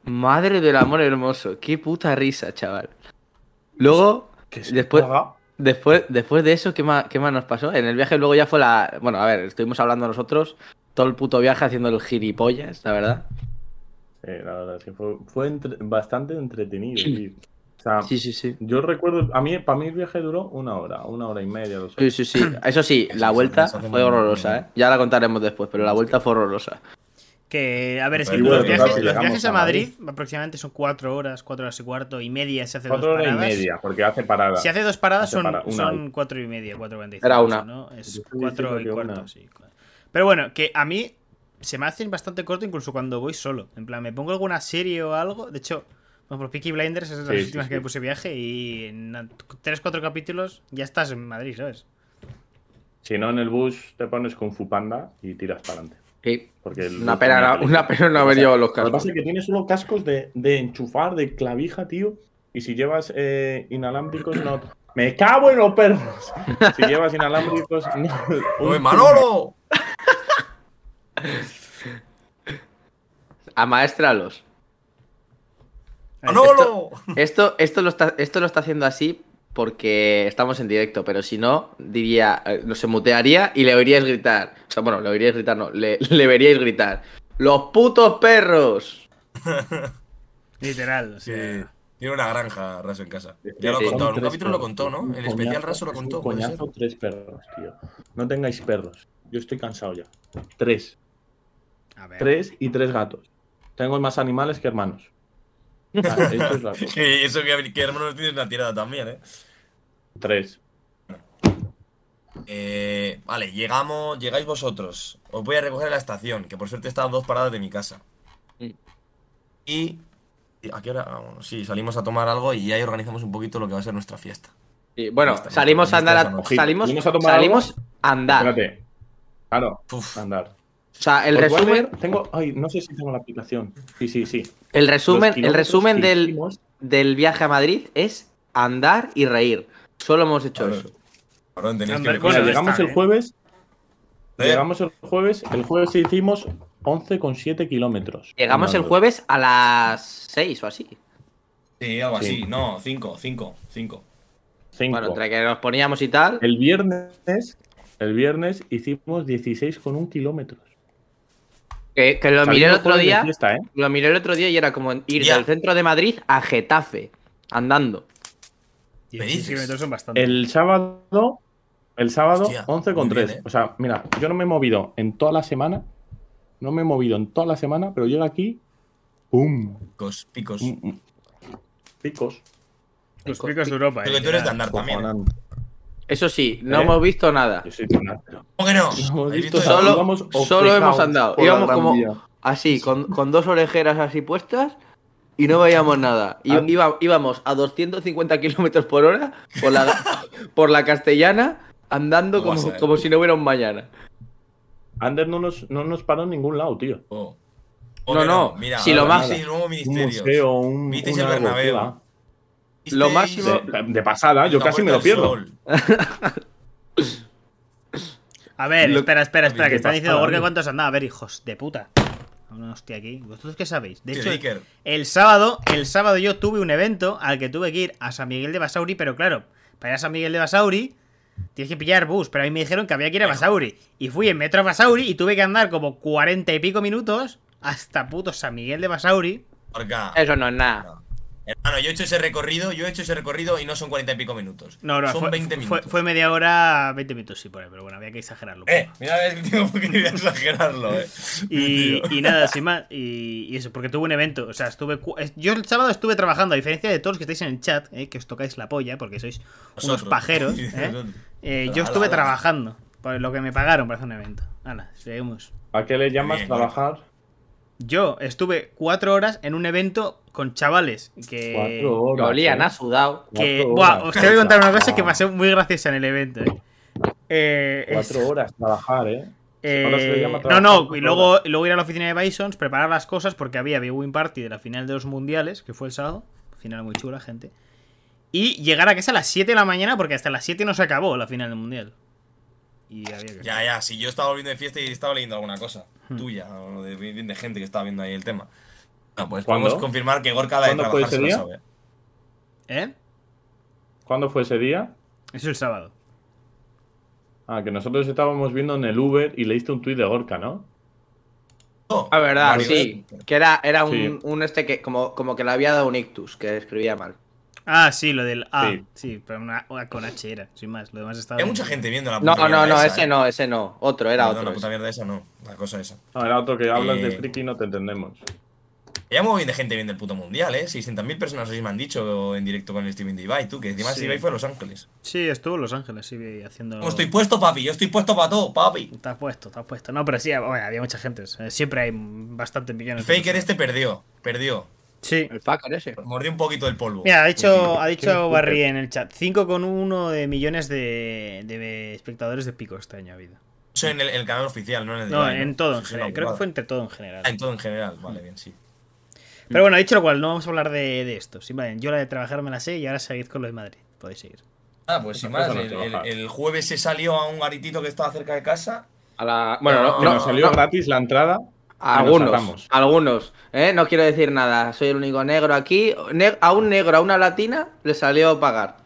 [SPEAKER 6] Madre del amor hermoso, qué puta risa, chaval. Luego,
[SPEAKER 5] Que se
[SPEAKER 6] después,
[SPEAKER 5] caga.
[SPEAKER 6] Después, después de eso, ¿qué más, ¿qué más nos pasó? En el viaje luego ya fue la... Bueno, a ver, estuvimos hablando nosotros todo el puto viaje haciendo el gilipollas, la verdad.
[SPEAKER 5] Eh, la verdad es que fue, fue entre- bastante entretenido. tío. O sea,
[SPEAKER 6] Sí, sí, sí.
[SPEAKER 5] yo recuerdo, a mí, para mí el viaje duró una hora, una hora y media. dos
[SPEAKER 6] Sí,
[SPEAKER 5] horas.
[SPEAKER 6] sí, sí. Eso sí, la
[SPEAKER 3] Eso
[SPEAKER 6] vuelta
[SPEAKER 3] se hace
[SPEAKER 6] fue
[SPEAKER 3] muy
[SPEAKER 6] horrorosa, ¿eh?
[SPEAKER 3] bien.
[SPEAKER 6] Ya la contaremos después, pero la vuelta fue horrorosa.
[SPEAKER 4] Que, a ver, es que
[SPEAKER 3] Pero
[SPEAKER 4] los
[SPEAKER 3] bueno,
[SPEAKER 4] viajes,
[SPEAKER 3] claro,
[SPEAKER 4] los
[SPEAKER 5] llegamos
[SPEAKER 4] viajes a
[SPEAKER 5] a Madrid.
[SPEAKER 4] Madrid aproximadamente son cuatro horas, cuatro horas y cuarto, y media se hace
[SPEAKER 5] Cuatro
[SPEAKER 4] dos
[SPEAKER 5] horas y
[SPEAKER 4] paradas.
[SPEAKER 5] media, porque hace parada.
[SPEAKER 4] Si hace dos paradas
[SPEAKER 5] Hace
[SPEAKER 4] son,
[SPEAKER 5] para- una
[SPEAKER 4] son
[SPEAKER 5] hora.
[SPEAKER 4] cuatro y media, cuatro cuarenta y
[SPEAKER 6] Era
[SPEAKER 4] cinco,
[SPEAKER 6] una.
[SPEAKER 4] ¿no? Es
[SPEAKER 5] Yo estoy
[SPEAKER 4] cuatro y
[SPEAKER 5] diciendo que
[SPEAKER 4] cuarto,
[SPEAKER 5] una.
[SPEAKER 4] sí. Pero bueno, que a mí se me hacen bastante corto incluso cuando voy solo. En plan, me pongo alguna serie o algo. De hecho, por ejemplo, Peaky Blinders es de las
[SPEAKER 5] Sí, sí,
[SPEAKER 4] últimas
[SPEAKER 5] sí.
[SPEAKER 4] que me puse viaje y en na- tres, cuatro capítulos ya estás en Madrid, ¿sabes?
[SPEAKER 5] Si no, en el bus te pones con Fupanda y tiras para adelante.
[SPEAKER 6] Sí.
[SPEAKER 5] Porque el
[SPEAKER 6] Una
[SPEAKER 5] bus
[SPEAKER 6] pena,
[SPEAKER 5] tenía
[SPEAKER 6] no-
[SPEAKER 5] película.
[SPEAKER 6] una pena no
[SPEAKER 5] O
[SPEAKER 6] haber
[SPEAKER 5] sea,
[SPEAKER 6] llevado los
[SPEAKER 5] Lo que pasa
[SPEAKER 6] cascos.
[SPEAKER 5] es que tienes solo cascos de, de enchufar, de clavija, tío. Y si llevas eh, inalámbricos,
[SPEAKER 6] (clears throat)
[SPEAKER 5] no. ¡Me cago en los perros! Si llevas inalámbricos, no.
[SPEAKER 6] (laughs)
[SPEAKER 3] ¡Oye, Manolo!
[SPEAKER 6] Amaéstralos.
[SPEAKER 3] ¡Manolo!
[SPEAKER 6] Esto, esto, lo está, esto lo está haciendo así porque estamos en directo, pero si no, diría, eh, no se mutearía y le oiríais gritar. O sea, bueno, le oiríais gritar, no, le, (laughs) le veríais gritar. ¡Los putos perros!
[SPEAKER 4] Literal. o
[SPEAKER 3] Sí,
[SPEAKER 4] sea.
[SPEAKER 3] tiene una granja raso en casa.
[SPEAKER 5] Es que
[SPEAKER 3] Ya lo ha
[SPEAKER 6] sí,
[SPEAKER 3] contado, en
[SPEAKER 5] son
[SPEAKER 3] un
[SPEAKER 5] tres
[SPEAKER 3] capítulo lo
[SPEAKER 5] perros,
[SPEAKER 3] contó,
[SPEAKER 5] tío.
[SPEAKER 3] ¿no?
[SPEAKER 5] Un
[SPEAKER 3] El especial
[SPEAKER 5] coñazo,
[SPEAKER 3] raso lo
[SPEAKER 5] es un
[SPEAKER 3] contó. puede ser.
[SPEAKER 5] Coñazo, tres perros, tío. No tengáis perros. Yo estoy cansado ya. Tres.
[SPEAKER 4] A ver.
[SPEAKER 5] Tres y tres gatos. Tengo más animales que hermanos. Ah, esto es la-
[SPEAKER 3] (laughs) Que eso que, que hermanos tienes una tirada también, ¿eh?
[SPEAKER 5] Tres.
[SPEAKER 3] Eh, Vale, llegamos, llegáis vosotros. Os voy a recoger a la estación, que por suerte está a dos paradas de mi casa.
[SPEAKER 6] Sí.
[SPEAKER 3] Y. ¿A qué hora? Ah, bueno, sí, salimos a tomar algo y ahí organizamos un poquito lo que va a ser nuestra fiesta.
[SPEAKER 6] Y, bueno,
[SPEAKER 3] Listo,
[SPEAKER 6] salimos a andar
[SPEAKER 3] listo,
[SPEAKER 6] a,
[SPEAKER 3] Manojito.
[SPEAKER 6] salimos,
[SPEAKER 5] ¿Venimos a tomar
[SPEAKER 6] salimos a andar. O
[SPEAKER 5] Espérate. Claro,
[SPEAKER 3] Uf,
[SPEAKER 5] andar.
[SPEAKER 6] sea, el
[SPEAKER 5] Os voy a
[SPEAKER 6] resumen,
[SPEAKER 5] leer- tengo, ay, no sé si tengo la aplicación. Sí, sí, sí.
[SPEAKER 6] el
[SPEAKER 5] Los
[SPEAKER 6] resumen, el
[SPEAKER 5] kilómetros
[SPEAKER 6] resumen
[SPEAKER 5] que
[SPEAKER 6] del,
[SPEAKER 5] hicimos-
[SPEAKER 6] del viaje a Madrid es andar y reír. Solo hemos hecho
[SPEAKER 3] Claro.
[SPEAKER 6] eso.
[SPEAKER 3] cabrón, tenéis que
[SPEAKER 4] Hombre,
[SPEAKER 3] recoger-
[SPEAKER 4] Bueno,
[SPEAKER 5] Mira,
[SPEAKER 4] ya
[SPEAKER 5] llegamos
[SPEAKER 4] está,
[SPEAKER 5] el
[SPEAKER 4] ¿eh?
[SPEAKER 5] jueves.
[SPEAKER 3] Eh,
[SPEAKER 5] Llegamos el jueves. El jueves hicimos 11,7 kilómetros.
[SPEAKER 6] Llegamos el
[SPEAKER 5] Andando.
[SPEAKER 6] jueves a las 6 o así.
[SPEAKER 3] Sí, algo
[SPEAKER 5] Sí.
[SPEAKER 3] así. No, cinco, cinco, cinco.
[SPEAKER 5] Cinco.
[SPEAKER 6] Bueno, entre que nos poníamos y tal.
[SPEAKER 5] El viernes, el viernes hicimos 16,1 kilómetros.
[SPEAKER 6] Que, que lo
[SPEAKER 5] Salimos
[SPEAKER 6] miré el otro
[SPEAKER 5] jueves de
[SPEAKER 6] día.
[SPEAKER 5] fiesta, ¿eh?
[SPEAKER 6] Lo miré el otro día y era como ir
[SPEAKER 3] Ya.
[SPEAKER 6] del centro de Madrid a Getafe, andando.
[SPEAKER 3] ¿Me
[SPEAKER 4] 16
[SPEAKER 3] dices?
[SPEAKER 4] kilómetros son bastante.
[SPEAKER 5] El sábado, el sábado
[SPEAKER 3] Hostia,
[SPEAKER 5] 11,3.
[SPEAKER 3] muy bien, ¿eh?
[SPEAKER 5] O sea, mira, yo no me he movido en toda la semana. No me he movido en toda la semana, pero llego aquí. ¡Pum!
[SPEAKER 3] Picos, picos.
[SPEAKER 5] Mm, mm. Picos.
[SPEAKER 4] Los picos de Europa,
[SPEAKER 3] Pero
[SPEAKER 4] eh.
[SPEAKER 3] que tú eres de
[SPEAKER 4] literal.
[SPEAKER 3] andar también. ¿eh?
[SPEAKER 5] Cojonante.
[SPEAKER 6] Eso sí, no
[SPEAKER 5] ¿Eh?
[SPEAKER 6] hemos visto nada.
[SPEAKER 5] Yo soy fanático.
[SPEAKER 3] ¿Cómo que
[SPEAKER 5] (laughs)
[SPEAKER 3] no?
[SPEAKER 5] Hemos
[SPEAKER 3] ¿Habéis
[SPEAKER 5] visto
[SPEAKER 3] visto
[SPEAKER 6] solo-
[SPEAKER 3] eso?
[SPEAKER 5] íbamos
[SPEAKER 6] solo hemos
[SPEAKER 5] obcecados
[SPEAKER 6] andado.
[SPEAKER 5] por la
[SPEAKER 6] Íbamos
[SPEAKER 5] Gran
[SPEAKER 6] como-
[SPEAKER 5] Vía.
[SPEAKER 6] Así, con, con dos orejeras así puestas y no veíamos nada. Y,
[SPEAKER 5] Am-
[SPEAKER 6] iba- íbamos a 250 kilómetros por hora por
[SPEAKER 5] (laughs)
[SPEAKER 6] la, por la castellana, andando
[SPEAKER 3] No va a
[SPEAKER 6] como,
[SPEAKER 3] ser.
[SPEAKER 6] como si no hubiera un mañana.
[SPEAKER 5] Ander no nos, no nos paró en ningún lado, tío.
[SPEAKER 3] Oh.
[SPEAKER 6] No,
[SPEAKER 3] ¿Cómo que
[SPEAKER 6] no,
[SPEAKER 3] Mira,
[SPEAKER 6] si lo
[SPEAKER 3] ahora
[SPEAKER 6] más-
[SPEAKER 3] visteis nuevo
[SPEAKER 5] Un
[SPEAKER 3] ministerio.
[SPEAKER 5] museo, un.
[SPEAKER 3] Visteis
[SPEAKER 5] una
[SPEAKER 3] el Bernabéu.
[SPEAKER 5] gozada.
[SPEAKER 6] Lo máximo-
[SPEAKER 3] Visteis
[SPEAKER 5] De, de pasada, Ah, yo
[SPEAKER 3] la
[SPEAKER 5] casi me
[SPEAKER 3] Puerta
[SPEAKER 5] lo
[SPEAKER 3] del
[SPEAKER 5] pierdo.
[SPEAKER 3] Sol.
[SPEAKER 4] A ver,
[SPEAKER 3] Lo-
[SPEAKER 4] espera, espera, espera, que
[SPEAKER 5] Qué
[SPEAKER 4] están diciendo
[SPEAKER 5] pasada,
[SPEAKER 4] Gorka
[SPEAKER 5] tío.
[SPEAKER 4] cuántos andaba. A ver, hijos de puta. Una hostia aquí. ¿Vosotros qué sabéis? De
[SPEAKER 3] Sí,
[SPEAKER 4] hecho,
[SPEAKER 3] Iker.
[SPEAKER 4] El sábado, el sábado yo tuve un evento al que tuve que ir a San Miguel de Basauri, pero claro, para ir a San Miguel de Basauri tienes que pillar bus, pero ahí me dijeron que había que ir a Basauri. Y fui en metro a Basauri y tuve que andar como cuarenta y pico minutos hasta puto San Miguel de Basauri.
[SPEAKER 3] Orca.
[SPEAKER 6] Eso no es nada.
[SPEAKER 3] No. Hermano, yo he hecho ese recorrido, yo he hecho ese recorrido y no son cuarenta y pico minutos.
[SPEAKER 4] No, no,
[SPEAKER 3] son
[SPEAKER 4] fue,
[SPEAKER 3] 20
[SPEAKER 4] fue,
[SPEAKER 3] minutos.
[SPEAKER 4] fue media hora, 20 minutos, sí, por ahí, pero bueno, había que exagerarlo. un
[SPEAKER 3] Eh,
[SPEAKER 4] poco.
[SPEAKER 3] mira, el (laughs) tío, porque voy a exagerarlo, eh.
[SPEAKER 4] Y,
[SPEAKER 3] (laughs) Tío.
[SPEAKER 4] y nada, sin más. Y, y eso, porque tuve un evento. O sea, estuve. cu- es- Yo el sábado estuve trabajando, a diferencia de todos los que estáis en el chat, eh, que os tocáis la polla, porque sois unos
[SPEAKER 3] Nosotros. (laughs)
[SPEAKER 4] pajeros. eh, eh, yo estuve
[SPEAKER 3] Ala, ala.
[SPEAKER 4] trabajando, por lo que me pagaron para hacer un evento. Hala, seguimos.
[SPEAKER 5] ¿A qué le llamas
[SPEAKER 3] Bien,
[SPEAKER 5] trabajar?
[SPEAKER 4] Yo estuve cuatro horas en un evento con chavales que.
[SPEAKER 5] Cuatro horas.
[SPEAKER 6] Olían,
[SPEAKER 5] ¿eh?
[SPEAKER 6] ha sudado.
[SPEAKER 4] que
[SPEAKER 5] Cuatro
[SPEAKER 4] buah,
[SPEAKER 5] horas.
[SPEAKER 4] os tengo que contar una cosa que pasó muy graciosa en el evento. eh. Eh, es-
[SPEAKER 3] (laughs)
[SPEAKER 5] Cuatro horas trabajar, ¿eh? Ahora se le llama
[SPEAKER 4] Eh, no,
[SPEAKER 5] trabajar
[SPEAKER 4] no,
[SPEAKER 5] por
[SPEAKER 4] y luego,
[SPEAKER 5] horas.
[SPEAKER 4] y luego ir a la oficina de Bisons, preparar las cosas, porque había Big Win Party de la final de los mundiales, que fue el sábado, final muy chula, gente. Y llegar a casa a las 7 de la mañana, porque hasta las 7 no se acabó la final del mundial. Y había que.
[SPEAKER 3] Ya, ya, si yo estaba volviendo de fiesta y estaba leyendo alguna cosa
[SPEAKER 5] Hmm.
[SPEAKER 3] tuya, o de, de gente que estaba viendo ahí el tema. No, pues
[SPEAKER 5] ¿Cuándo?
[SPEAKER 3] podemos confirmar que Gorka la de
[SPEAKER 5] ¿Cuándo fue
[SPEAKER 3] trabajar
[SPEAKER 5] ese
[SPEAKER 3] se la
[SPEAKER 5] día?
[SPEAKER 3] sabe.
[SPEAKER 4] ¿Eh?
[SPEAKER 5] ¿Cuándo fue ese día?
[SPEAKER 4] Eso el sábado.
[SPEAKER 5] Ah, que nosotros estábamos viendo en el Uber y leíste un tuit de Gorka, ¿no?
[SPEAKER 3] No,
[SPEAKER 6] Ah, verdad,
[SPEAKER 3] Mario,
[SPEAKER 6] sí.
[SPEAKER 3] eh.
[SPEAKER 6] Que era, era un,
[SPEAKER 5] Sí.
[SPEAKER 6] un este que como, como que le había dado un ictus, que escribía mal.
[SPEAKER 4] Ah, sí, lo del A. Sí,
[SPEAKER 5] Sí.
[SPEAKER 4] pero una, una con H era, sin más. Lo demás estaba.
[SPEAKER 3] Hay mucha gente viendo la
[SPEAKER 6] No,
[SPEAKER 3] puta
[SPEAKER 6] no,
[SPEAKER 3] mierda
[SPEAKER 6] no,
[SPEAKER 3] esa,
[SPEAKER 6] ese
[SPEAKER 3] eh.
[SPEAKER 6] no, ese no. Otro, era
[SPEAKER 3] No,
[SPEAKER 6] otro.
[SPEAKER 3] La puta mierda esa no, la cosa esa.
[SPEAKER 5] No, era otro que hablas de
[SPEAKER 3] Eh.
[SPEAKER 5] friki y no te entendemos.
[SPEAKER 3] Ya muy bien de gente viendo el puto mundial, ¿eh? 600.000 personas así me han dicho en directo con el streaming de Ibai, tú, que encima
[SPEAKER 4] Sí.
[SPEAKER 3] ese Ibai fue a Los Ángeles.
[SPEAKER 4] Sí, estuvo en Los Ángeles, sí, haciendo.
[SPEAKER 3] Como estoy puesto, papi, yo estoy puesto para todo, papi.
[SPEAKER 4] Estás puesto, estás puesto. No, pero sí, bueno, había mucha gente. eh, Siempre hay bastantes millones.
[SPEAKER 3] El
[SPEAKER 4] de
[SPEAKER 3] Faker
[SPEAKER 4] personas.
[SPEAKER 3] este perdió, perdió.
[SPEAKER 4] Sí.
[SPEAKER 6] El fucker ese.
[SPEAKER 3] Mordió un poquito del polvo.
[SPEAKER 4] Mira, ha dicho, ha
[SPEAKER 5] ¿Quién es
[SPEAKER 4] dicho
[SPEAKER 5] Cooper?
[SPEAKER 4] Barry en el chat. 5,1 de millones de, de espectadores de pico este año ha habido.
[SPEAKER 3] Eso en el, el canal oficial, no en el de
[SPEAKER 4] No,
[SPEAKER 3] Ibai,
[SPEAKER 4] en todo en
[SPEAKER 3] Eso es una
[SPEAKER 4] general. Creo que
[SPEAKER 3] burrada.
[SPEAKER 4] fue entre todo en
[SPEAKER 3] Ah, en
[SPEAKER 4] general.
[SPEAKER 3] todo en general, vale, bien, sí.
[SPEAKER 4] Pero bueno, dicho lo cual, no vamos a hablar de, de esto. Sí, vale, yo la de trabajar me la sé y ahora seguid con lo de Madrid. Podéis seguir.
[SPEAKER 3] Ah, pues sin
[SPEAKER 5] Esa cosa
[SPEAKER 3] más,
[SPEAKER 5] no
[SPEAKER 3] el,
[SPEAKER 5] se baja.
[SPEAKER 3] el- el jueves se salió a un garitito que estaba cerca de casa.
[SPEAKER 6] A la- Bueno,
[SPEAKER 3] No,
[SPEAKER 6] no,
[SPEAKER 5] Que
[SPEAKER 6] no,
[SPEAKER 5] nos salió
[SPEAKER 6] no.
[SPEAKER 5] gratis la entrada. Ah, nos
[SPEAKER 6] Algunos,
[SPEAKER 5] sacamos.
[SPEAKER 6] algunos. ¿eh? No quiero decir nada, soy el único negro aquí. Ne- a un negro, a una latina, le salió pagar.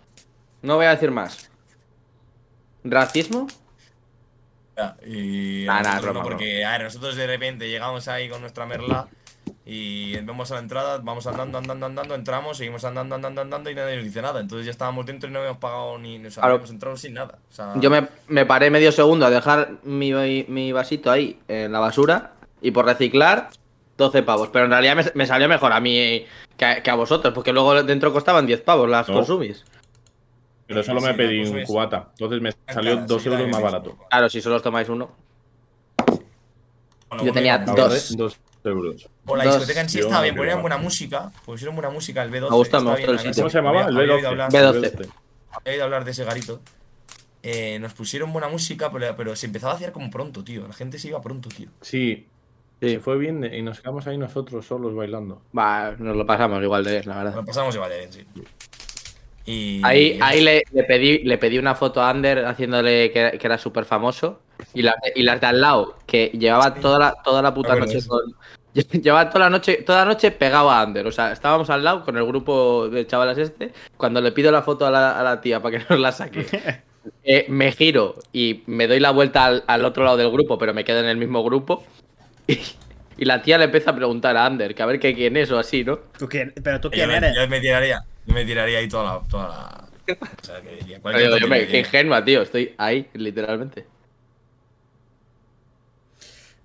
[SPEAKER 6] No voy a decir más. ¿Racismo?
[SPEAKER 3] Ya, Y
[SPEAKER 6] Nah,
[SPEAKER 3] a
[SPEAKER 6] nah,
[SPEAKER 3] nosotros
[SPEAKER 6] broma,
[SPEAKER 3] no, porque a ver, nosotros de repente llegamos ahí con nuestra merla y vemos a la entrada, vamos andando, andando, andando, entramos, seguimos andando, andando, andando y nadie nos dice nada. Entonces ya estábamos dentro y no habíamos pagado ni, o sea,
[SPEAKER 6] Claro.
[SPEAKER 3] habíamos entrado sin nada. O sea,
[SPEAKER 6] Yo me, me paré medio segundo a dejar mi, mi vasito ahí en la basura y por reciclar 12 pavos. Pero en realidad me, me salió mejor a mí que a, que a vosotros, porque luego dentro costaban 10 pavos las
[SPEAKER 5] No.
[SPEAKER 6] consumis.
[SPEAKER 5] Pero solo me
[SPEAKER 3] Sí,
[SPEAKER 5] pedí
[SPEAKER 3] pues,
[SPEAKER 5] un
[SPEAKER 3] ves.
[SPEAKER 5] cubata. Entonces me
[SPEAKER 3] tan
[SPEAKER 5] salió
[SPEAKER 3] cara,
[SPEAKER 5] dos
[SPEAKER 3] sí,
[SPEAKER 5] euros
[SPEAKER 3] también
[SPEAKER 5] más
[SPEAKER 3] es-
[SPEAKER 5] barato.
[SPEAKER 6] Claro, si solo os tomáis uno.
[SPEAKER 3] Bueno,
[SPEAKER 6] Yo tenía
[SPEAKER 5] La
[SPEAKER 3] bueno,
[SPEAKER 5] verdad,
[SPEAKER 6] dos.
[SPEAKER 5] Dos euros.
[SPEAKER 3] Por la
[SPEAKER 6] dos.
[SPEAKER 3] discoteca en sí
[SPEAKER 5] Yo
[SPEAKER 3] estaba
[SPEAKER 5] me
[SPEAKER 3] bien, ponían
[SPEAKER 5] quedo
[SPEAKER 3] buena música, pusieron buena música, el B12.
[SPEAKER 6] Me gusta, me
[SPEAKER 3] estaba
[SPEAKER 6] gusta
[SPEAKER 3] bien,
[SPEAKER 6] el
[SPEAKER 3] la
[SPEAKER 6] sitio.
[SPEAKER 5] ¿Cómo se
[SPEAKER 3] verdad.
[SPEAKER 5] llamaba? El
[SPEAKER 3] Había- había oído
[SPEAKER 5] B12.
[SPEAKER 3] hablar-
[SPEAKER 6] B12.
[SPEAKER 3] He oído hablar de ese garito. Eh, nos pusieron buena música, pero, pero se empezaba a hacer como pronto, tío. La gente se iba pronto, tío.
[SPEAKER 5] Sí,
[SPEAKER 6] Sí.
[SPEAKER 5] se fue bien y nos quedamos ahí nosotros solos bailando.
[SPEAKER 6] Va, nos lo pasamos igual de bien, la verdad.
[SPEAKER 3] Lo pasamos igual de bien, sí. Y,
[SPEAKER 6] Ahí,
[SPEAKER 3] y-
[SPEAKER 6] ahí le, le pedí, le pedí una foto a Ander haciéndole que, que era súper famoso. Y las, de- y las de al lado, que llevaba toda la, toda la puta
[SPEAKER 3] Me acuerdo
[SPEAKER 6] noche.
[SPEAKER 3] de
[SPEAKER 6] con- (laughs) llevaba toda la noche, toda la noche pegado a Ander. O sea, estábamos al lado con el grupo de chavalas este. Cuando le pido la foto a la, a la tía para que (laughs) nos la saque, eh, me giro y me doy la vuelta al, al otro lado del grupo, pero me quedo en el mismo grupo. (laughs) Y, y la tía le empieza a preguntar a Ander, que a ver que quién es o así, ¿no?
[SPEAKER 4] ¿Tú quién- ¿Pero tú
[SPEAKER 3] yo,
[SPEAKER 4] quién
[SPEAKER 3] me,
[SPEAKER 4] eres?
[SPEAKER 3] yo me tiraría. Yo me tiraría ahí toda la. Toda la o sea, que diría, cualquier
[SPEAKER 6] Yo, yo me-
[SPEAKER 3] tontería
[SPEAKER 6] qué
[SPEAKER 3] diría.
[SPEAKER 6] ingenua, tío. Estoy ahí, literalmente.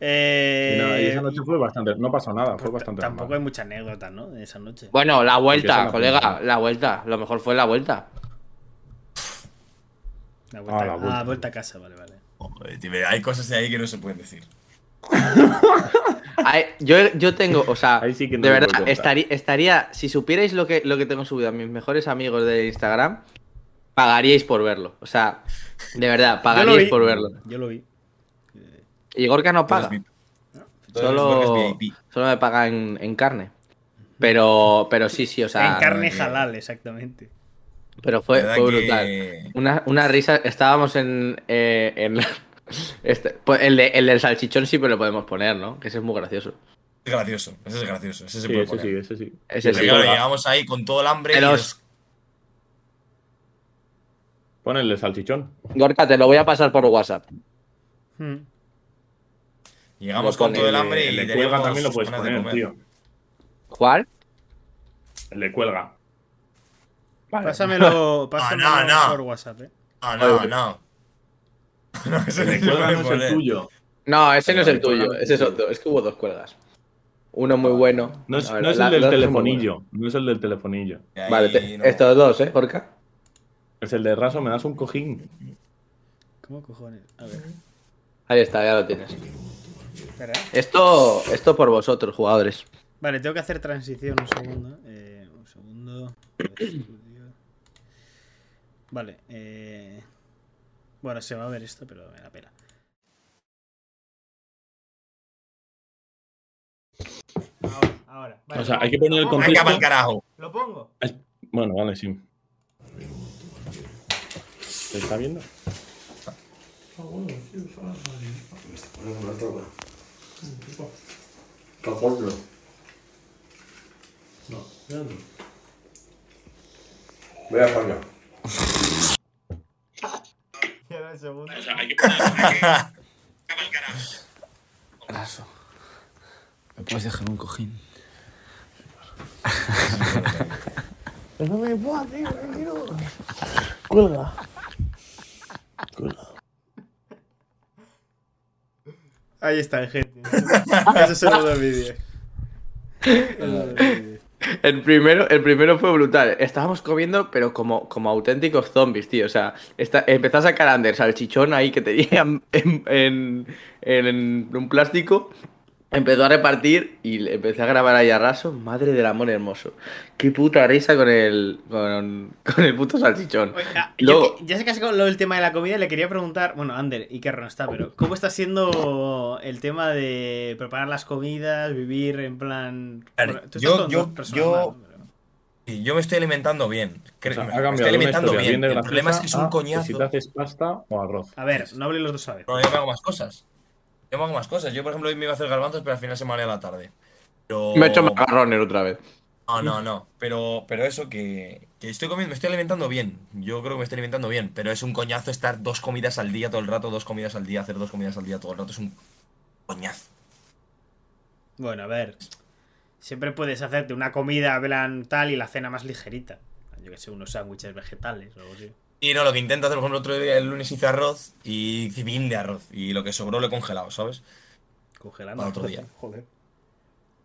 [SPEAKER 4] Eh,
[SPEAKER 5] Y nada, y esa noche fue bastante, no pasó nada, fue
[SPEAKER 4] pues
[SPEAKER 5] bastante
[SPEAKER 4] tampoco hay
[SPEAKER 5] normal.
[SPEAKER 4] mucha anécdota, ¿no? De esa noche.
[SPEAKER 6] Bueno, la
[SPEAKER 5] Porque
[SPEAKER 6] vuelta,
[SPEAKER 5] eso no
[SPEAKER 6] colega,
[SPEAKER 5] funciona.
[SPEAKER 6] la vuelta. Lo mejor fue la vuelta.
[SPEAKER 4] La vuelta,
[SPEAKER 5] Ah, la
[SPEAKER 4] ah,
[SPEAKER 5] vuelta.
[SPEAKER 4] vuelta a casa, vale, vale.
[SPEAKER 3] Joder, tío, hay cosas de ahí que no se pueden decir.
[SPEAKER 6] Ay, yo, yo tengo, o sea,
[SPEAKER 5] Ahí sí que no
[SPEAKER 6] de
[SPEAKER 5] lo puedo
[SPEAKER 6] verdad,
[SPEAKER 5] contar.
[SPEAKER 6] estaría, estaría, si supierais lo que, lo que tengo subido a mis mejores amigos de Instagram, pagaríais por verlo. O sea, de verdad,
[SPEAKER 4] Yo lo vi.
[SPEAKER 6] pagaríais por verlo.
[SPEAKER 4] Yo lo vi.
[SPEAKER 6] Y Gorka no paga,
[SPEAKER 3] Entonces, entonces,
[SPEAKER 6] solo,
[SPEAKER 3] porque es VIP.
[SPEAKER 6] solo me paga en, en carne. Pero, pero sí, sí, o sea.
[SPEAKER 4] en carne
[SPEAKER 3] no, no.
[SPEAKER 4] halal, exactamente.
[SPEAKER 6] Pero fue,
[SPEAKER 3] La verdad
[SPEAKER 6] fue
[SPEAKER 3] que-
[SPEAKER 6] brutal. Una, una risa, estábamos en. eh, en la- (laughs) este- pues el, de- el del salchichón sí, pero lo podemos poner, ¿no? Que ese es muy gracioso.
[SPEAKER 3] Es gracioso, ese es gracioso. Ese se
[SPEAKER 5] Sí,
[SPEAKER 3] puede
[SPEAKER 5] ese
[SPEAKER 3] poner.
[SPEAKER 5] sí, ese sí.
[SPEAKER 6] Ese
[SPEAKER 3] Pero
[SPEAKER 6] sí.
[SPEAKER 3] claro,
[SPEAKER 5] ¿verdad?
[SPEAKER 3] llegamos ahí con todo el hambre. y
[SPEAKER 6] Pero-
[SPEAKER 3] los-
[SPEAKER 5] Ponele salchichón.
[SPEAKER 6] Gorka, te lo voy a pasar por WhatsApp.
[SPEAKER 4] Hmm.
[SPEAKER 3] llegamos
[SPEAKER 6] Lo
[SPEAKER 3] con
[SPEAKER 6] pone
[SPEAKER 3] todo el
[SPEAKER 6] el-
[SPEAKER 3] hambre
[SPEAKER 5] el
[SPEAKER 3] y
[SPEAKER 5] de
[SPEAKER 3] teníamos
[SPEAKER 5] cuelga también lo puedes
[SPEAKER 3] ganas de
[SPEAKER 5] poner,
[SPEAKER 3] comer.
[SPEAKER 5] tío.
[SPEAKER 6] ¿Cuál?
[SPEAKER 5] Le cuelga. Vale. (laughs) Ah,
[SPEAKER 4] Pásamelo, pásamelo
[SPEAKER 3] no, no.
[SPEAKER 4] por WhatsApp, eh.
[SPEAKER 3] Ah, No, no, no. (laughs) No, ese no
[SPEAKER 5] Le
[SPEAKER 3] se
[SPEAKER 5] cuelga
[SPEAKER 3] puede
[SPEAKER 5] no es
[SPEAKER 3] poner.
[SPEAKER 5] el tuyo.
[SPEAKER 6] No, ese no es el
[SPEAKER 5] Vale,
[SPEAKER 6] tuyo,
[SPEAKER 5] vale.
[SPEAKER 6] ese es otro. Es que hubo dos cuelgas. Uno muy bueno.
[SPEAKER 5] No es,
[SPEAKER 6] la
[SPEAKER 5] no es
[SPEAKER 6] verdad,
[SPEAKER 5] el del
[SPEAKER 6] los dos son muy buenos.
[SPEAKER 5] telefonillo. No es el del telefonillo.
[SPEAKER 3] Y ahí
[SPEAKER 6] Vale, te-
[SPEAKER 3] no.
[SPEAKER 6] estos dos, ¿eh, Orca?
[SPEAKER 5] Es el de raso, me das un cojín.
[SPEAKER 4] ¿Cómo cojones? A ver,
[SPEAKER 6] Ahí está, ya lo tienes.
[SPEAKER 4] espera. eh.
[SPEAKER 6] Esto, esto por vosotros, jugadores.
[SPEAKER 4] Vale, tengo que hacer transición un segundo. eh, un segundo. Estudio. Vale, eh... Bueno, se va a ver esto, pero me la pela.
[SPEAKER 9] Ahora, ahora. Vale,
[SPEAKER 5] O sea,
[SPEAKER 9] lo
[SPEAKER 5] hay que
[SPEAKER 9] pongo,
[SPEAKER 5] poner el
[SPEAKER 9] lo pongo,
[SPEAKER 3] Venga,
[SPEAKER 5] contexto.
[SPEAKER 3] pa'l carajo.
[SPEAKER 9] Lo pongo.
[SPEAKER 5] Es- Bueno, vale, sí. ¿Se está viendo?
[SPEAKER 10] Voy a España.
[SPEAKER 9] Y ahora el segundo.
[SPEAKER 11] Raso. ¿Me puedes dejar un cojín?
[SPEAKER 12] Pero no me puedo, tío, no quiero. Cuelga.
[SPEAKER 4] Ahí está, gente. (laughs) Eso son
[SPEAKER 9] (laughs)
[SPEAKER 4] los dos vídeos.
[SPEAKER 6] El primero, el primero fue brutal. Estábamos comiendo, pero como, como auténticos zombies, tío. O sea, está, empezó a sacar Anders al chichón ahí que tenían en, en- en un plástico. Empezó a repartir y le empecé a grabar ahí a raso. Madre del amor hermoso. Qué puta risa con el, con, con el puto salchichón.
[SPEAKER 4] Oiga,
[SPEAKER 6] Luego-
[SPEAKER 4] yo que- ya sé que has sacado lo del tema de la comida y le quería preguntar, bueno, Ander, y Kerr no está, pero ¿cómo está siendo el tema de preparar las comidas, vivir en plan...
[SPEAKER 3] Claro,
[SPEAKER 4] Bueno,
[SPEAKER 3] yo-
[SPEAKER 4] con
[SPEAKER 3] yo-
[SPEAKER 4] dos personas
[SPEAKER 3] yo-
[SPEAKER 4] más, ¿no? Pero-
[SPEAKER 3] Sí, yo me estoy alimentando bien. Cre-
[SPEAKER 5] O sea, ha
[SPEAKER 3] me
[SPEAKER 5] cambiado
[SPEAKER 3] estoy
[SPEAKER 5] de una
[SPEAKER 3] alimentando
[SPEAKER 5] historia,
[SPEAKER 3] bien.
[SPEAKER 5] de
[SPEAKER 3] El problema es
[SPEAKER 5] graciosa
[SPEAKER 3] que es un
[SPEAKER 5] a, Si te
[SPEAKER 3] coñazo.
[SPEAKER 5] haces pasta o arroz.
[SPEAKER 4] A ver, no hablé los dos a la vez.
[SPEAKER 3] No, yo me hago más cosas. Yo me hago más cosas. Yo, por ejemplo, hoy me iba a hacer garbanzos, pero al final se me ha liado la tarde. Pero...
[SPEAKER 6] Me he hecho macarrones otra vez.
[SPEAKER 3] No, no, no. Pero, pero eso que, que estoy comiendo, me estoy alimentando bien. Yo creo que me estoy alimentando bien. Pero es un coñazo estar dos comidas al día todo el rato, dos comidas al día, hacer dos comidas al día todo el rato. Es un coñazo.
[SPEAKER 4] Bueno, a ver. Siempre puedes hacerte una comida en plan tal y la cena más ligerita. Yo que sé, unos sándwiches vegetales o algo así.
[SPEAKER 3] Y no, lo que intento hacer, por ejemplo, otro día, el lunes hice arroz y hice bien de arroz. Y lo que sobró lo he congelado, ¿sabes?
[SPEAKER 4] Congelando.
[SPEAKER 3] Para otro día.
[SPEAKER 4] Ah, (laughs) Joder.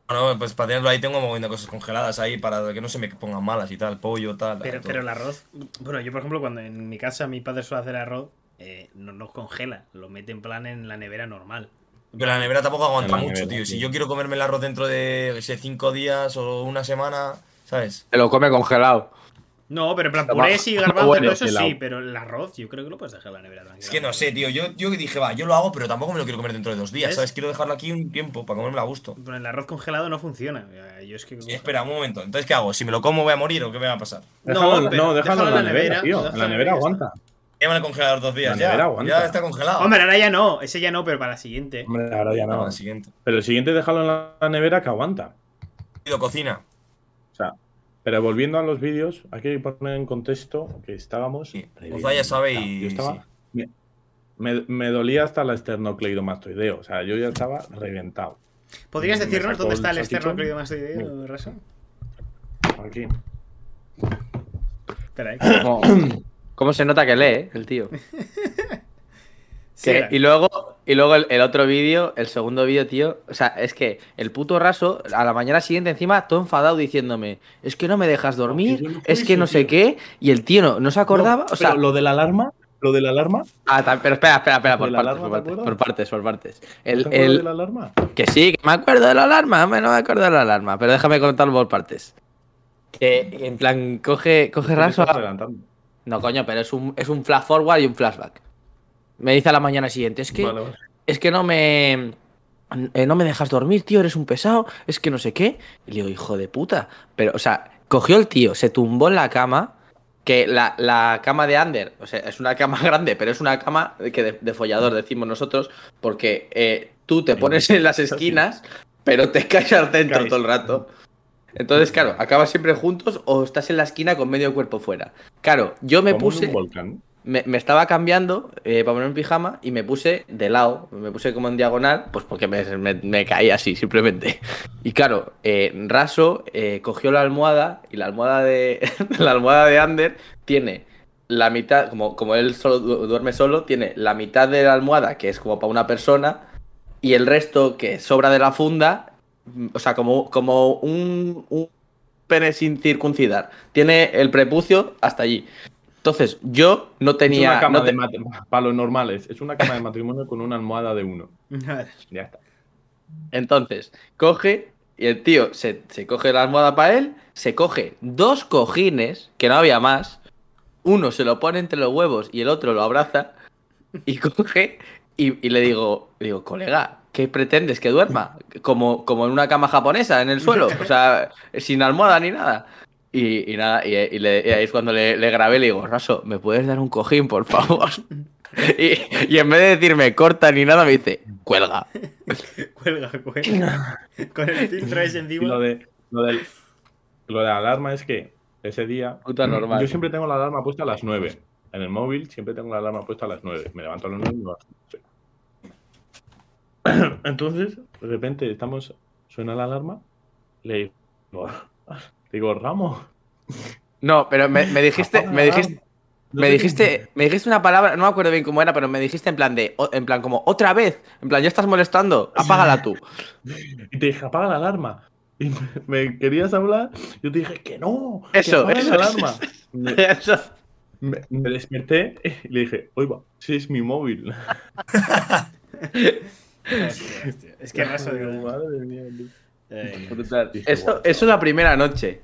[SPEAKER 3] Bueno, pues para tenerlo ahí tengo un montón de cosas congeladas ahí para que no se me pongan malas y tal, pollo, tal.
[SPEAKER 4] (laughs)
[SPEAKER 3] eh,
[SPEAKER 4] Pero,
[SPEAKER 3] todo.
[SPEAKER 4] pero el arroz. Bueno, yo por ejemplo, cuando en mi casa mi padre suele hacer arroz, eh, no nos congela. Lo mete en plan en la nevera normal.
[SPEAKER 3] Pero la nevera tampoco aguanta
[SPEAKER 5] En la
[SPEAKER 3] mucho,
[SPEAKER 5] nevera,
[SPEAKER 3] tío. Si
[SPEAKER 5] sí.
[SPEAKER 3] yo quiero comerme el arroz dentro de, yo qué sé, cinco días o una semana, ¿sabes?
[SPEAKER 6] Se lo come congelado.
[SPEAKER 4] No, pero en plan
[SPEAKER 6] Está bajo-
[SPEAKER 5] (laughs)
[SPEAKER 4] purés y
[SPEAKER 6] está
[SPEAKER 4] garbanzos,
[SPEAKER 6] bueno
[SPEAKER 4] todo eso
[SPEAKER 6] congelado.
[SPEAKER 4] sí, pero el arroz yo creo que lo puedes dejar en la nevera tranquila.
[SPEAKER 3] Es que no sé, tío. Yo, yo dije, va, yo lo hago, pero tampoco me lo quiero comer dentro de dos días,
[SPEAKER 4] ¿Ves?
[SPEAKER 3] ¿sabes? Quiero dejarlo aquí un tiempo para comérmelo a gusto.
[SPEAKER 4] Pero el arroz congelado no funciona. Eh, Yo es que.
[SPEAKER 3] Y espera, un momento. Entonces, ¿qué hago? ¿Si me lo como voy a morir o qué me va a pasar?
[SPEAKER 5] Déjalo, no,
[SPEAKER 4] pero
[SPEAKER 5] déjalo en la nevera, tío. En
[SPEAKER 4] déjalo
[SPEAKER 5] la nevera
[SPEAKER 4] y ya está.
[SPEAKER 5] aguanta.
[SPEAKER 3] Lleva en el congelador dos días
[SPEAKER 5] La
[SPEAKER 3] ya.
[SPEAKER 5] nevera aguanta.
[SPEAKER 3] Ya está congelado.
[SPEAKER 4] Hombre, ahora ya no, ese ya no, pero para la siguiente.
[SPEAKER 5] Hombre, ahora ya
[SPEAKER 3] No,
[SPEAKER 5] no.
[SPEAKER 3] al siguiente.
[SPEAKER 5] Pero el siguiente déjalo en la nevera que aguanta.
[SPEAKER 3] Pido cocina.
[SPEAKER 5] O sea, pero volviendo a los vídeos, hay que poner en contexto que estábamos.
[SPEAKER 3] Sí,
[SPEAKER 5] previendo.
[SPEAKER 3] Oza ya sabe
[SPEAKER 5] Claro,
[SPEAKER 3] y-
[SPEAKER 5] Yo estaba.
[SPEAKER 3] sí.
[SPEAKER 5] Me, me- me dolía hasta la esternocleidomastoideo. O sea, yo ya estaba reventado.
[SPEAKER 4] ¿Podrías
[SPEAKER 5] mm, Me
[SPEAKER 4] decirnos
[SPEAKER 5] sacó
[SPEAKER 4] dónde
[SPEAKER 5] el
[SPEAKER 4] está el
[SPEAKER 5] salchichón. Mm.
[SPEAKER 4] externo creo que más de Raso?
[SPEAKER 5] Aquí. (laughs)
[SPEAKER 4] Espera, eh.
[SPEAKER 6] Como- (coughs) ¿Cómo se nota que lee eh, el tío?
[SPEAKER 4] Sí,
[SPEAKER 6] Que-
[SPEAKER 4] era. (laughs)
[SPEAKER 6] Eh, y luego, y luego el, el otro vídeo, el segundo vídeo, tío. O sea, es que el puto raso, a la mañana siguiente, encima, todo enfadado diciéndome, es que no me dejas dormir,
[SPEAKER 5] yo no fui
[SPEAKER 6] es que
[SPEAKER 5] ese,
[SPEAKER 6] no sé
[SPEAKER 5] tío".
[SPEAKER 6] qué. Y el tío no, no se acordaba. o sea,
[SPEAKER 5] pero lo de la alarma, lo de la alarma,
[SPEAKER 6] ah, ta- pero espera, espera, espera, por
[SPEAKER 5] ¿De la
[SPEAKER 6] partes,
[SPEAKER 5] alarma
[SPEAKER 6] por
[SPEAKER 5] te
[SPEAKER 6] partes, por
[SPEAKER 5] acuerdas?
[SPEAKER 6] partes, por partes.
[SPEAKER 5] ¿te
[SPEAKER 6] El,
[SPEAKER 5] acuerdas
[SPEAKER 6] el-
[SPEAKER 5] de la alarma?
[SPEAKER 6] que sí, que me acuerdo de la alarma, hombre, no me acuerdo de la alarma, pero déjame contarlo por partes. Que en plan, coge, coge
[SPEAKER 5] Te
[SPEAKER 6] raso,
[SPEAKER 5] estás adelantando.
[SPEAKER 6] No, coño, pero es un, es un flash forward y un flashback. Me dice a la mañana siguiente, es que,
[SPEAKER 5] Vale, vale.
[SPEAKER 6] es que no me. eh, no me dejas dormir, tío, eres un pesado, es que no sé qué. Y le digo, hijo de puta. Pero, o sea, cogió el tío, se tumbó en la cama, que la, la cama de Ander, o sea, es una cama (laughs) grande, pero es una cama que de, de follador, decimos nosotros, porque eh, tú te pones en las esquinas, pero te caes al centro
[SPEAKER 5] Caes.
[SPEAKER 6] todo el rato. Entonces, claro, acabas siempre juntos o estás en la esquina con medio cuerpo fuera. Claro, yo me
[SPEAKER 5] Como en
[SPEAKER 6] puse.
[SPEAKER 5] un volcán.
[SPEAKER 6] me, me estaba cambiando eh, para poner un pijama y me puse de lado, me puse como en diagonal, pues porque me, me- me caí así simplemente. Y claro, eh, Raso eh, cogió la almohada y la almohada de (laughs) la almohada de Ander tiene la mitad, como, como él solo du- duerme solo, tiene la mitad de la almohada que es como para una persona y el resto que sobra de la funda, mm, o sea, como, como un, un pene sin circuncidar. Tiene el prepucio hasta allí. Entonces, yo no
[SPEAKER 5] Es
[SPEAKER 6] tenía.
[SPEAKER 5] una cama
[SPEAKER 6] no te-
[SPEAKER 5] de mat- para los normales. Es una cama de matrimonio con una almohada de uno.
[SPEAKER 4] Vale.
[SPEAKER 5] Ya está.
[SPEAKER 6] Entonces, coge y el tío se, se coge la almohada para él, se coge dos cojines, que no había más, uno se lo pone entre los huevos y el otro lo abraza, y coge y, y le digo, digo, colega, ¿qué pretendes que duerma? Como, como en una cama japonesa, en el suelo, o sea, sin almohada ni nada. Y, y nada, y, y le- y ahí es cuando le, le grabé, le digo, Raso, ¿me puedes dar un cojín, por favor? (laughs) Y, y en vez de decirme corta ni nada, me dice, cuelga.
[SPEAKER 4] Cuelga, cuelga.
[SPEAKER 5] (laughs)
[SPEAKER 4] Con el filtro ese
[SPEAKER 5] Y
[SPEAKER 4] encima.
[SPEAKER 5] lo de, lo, del- lo de la alarma es que ese día.
[SPEAKER 6] Puta normal.
[SPEAKER 5] Yo siempre tengo la alarma puesta a las 9. En el móvil siempre tengo la alarma puesta a las 9. Me levanto a las 9 y me voy a las 11. (clears throat) Entonces, de repente estamos. Suena la alarma. Le digo. (laughs) Digo, Ramos.
[SPEAKER 6] No, pero me, me dijiste,
[SPEAKER 5] apaga la
[SPEAKER 6] me dijiste,
[SPEAKER 5] alarma. No
[SPEAKER 6] me
[SPEAKER 5] sé
[SPEAKER 6] dijiste, me dijiste una palabra, no me acuerdo bien cómo era, pero me dijiste en plan de, o- en plan como otra vez, en plan ya estás molestando, apágala tú.
[SPEAKER 5] qué- Y te dije, apaga la alarma. Y (laughs) me, me querías hablar. Yo te dije, que no.
[SPEAKER 6] Eso,
[SPEAKER 5] que apague
[SPEAKER 6] eso,
[SPEAKER 5] la alarma. Me-
[SPEAKER 6] Eso-
[SPEAKER 5] Me, me desperté y le dije, oiga, si es mi móvil.
[SPEAKER 4] Hostia, hostia. Es que raso de
[SPEAKER 5] (laughs)
[SPEAKER 4] verdad.
[SPEAKER 5] Madre mía, tío.
[SPEAKER 4] Ay,
[SPEAKER 5] Dije,
[SPEAKER 6] Eso,
[SPEAKER 5] "Guau".
[SPEAKER 6] eso la primera noche.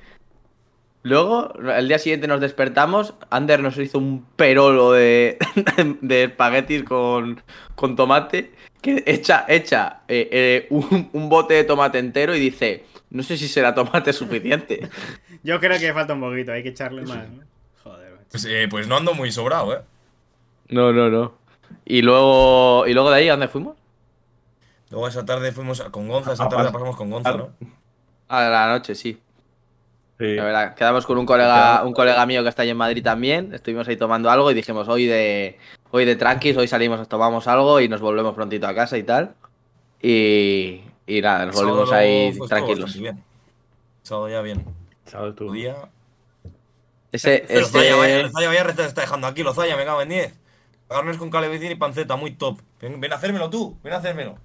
[SPEAKER 6] Luego, el día siguiente nos despertamos, Ander nos hizo un perolo de, (laughs) de espaguetis con, con tomate, que echa, echa eh, eh, un, un bote de tomate entero y dice, no sé si será tomate suficiente.
[SPEAKER 4] Yo creo que falta un poquito, hay que echarle más. ¿no? Joder, macho.
[SPEAKER 3] Pues, eh, pues no ando muy sobrado, ¿eh?
[SPEAKER 6] No, no, no. Y luego, y luego de ahí, ¿a dónde fuimos?
[SPEAKER 3] Luego esa tarde fuimos a- con Gonza, esa
[SPEAKER 5] Ah,
[SPEAKER 3] tarde la
[SPEAKER 5] pas-
[SPEAKER 3] pasamos con Gonza, ¿no?
[SPEAKER 6] A la noche, sí.
[SPEAKER 5] Sí.
[SPEAKER 6] La verdad, quedamos con un colega, un colega mío que está allí en Madrid también. Estuvimos ahí tomando algo y dijimos hoy de hoy de tranquis, hoy salimos, nos tomamos algo y nos volvemos prontito a casa y tal. Y, y nada, nos volvimos
[SPEAKER 3] Sábado
[SPEAKER 6] ahí
[SPEAKER 3] fue- estuvo
[SPEAKER 6] tranquilos.
[SPEAKER 3] bastante bien. Sábado ya bien.
[SPEAKER 5] Sabes tú.
[SPEAKER 3] Tu día.
[SPEAKER 6] Ese,
[SPEAKER 3] Pero Zaya, vaya,
[SPEAKER 6] ese,
[SPEAKER 3] Zaya, vaya reta está dejando aquí, lo Zaya, me cago en 10. Carnes con calabacín y panceta, muy top. Ven, ven a hacérmelo tú, ven a hacérmelo.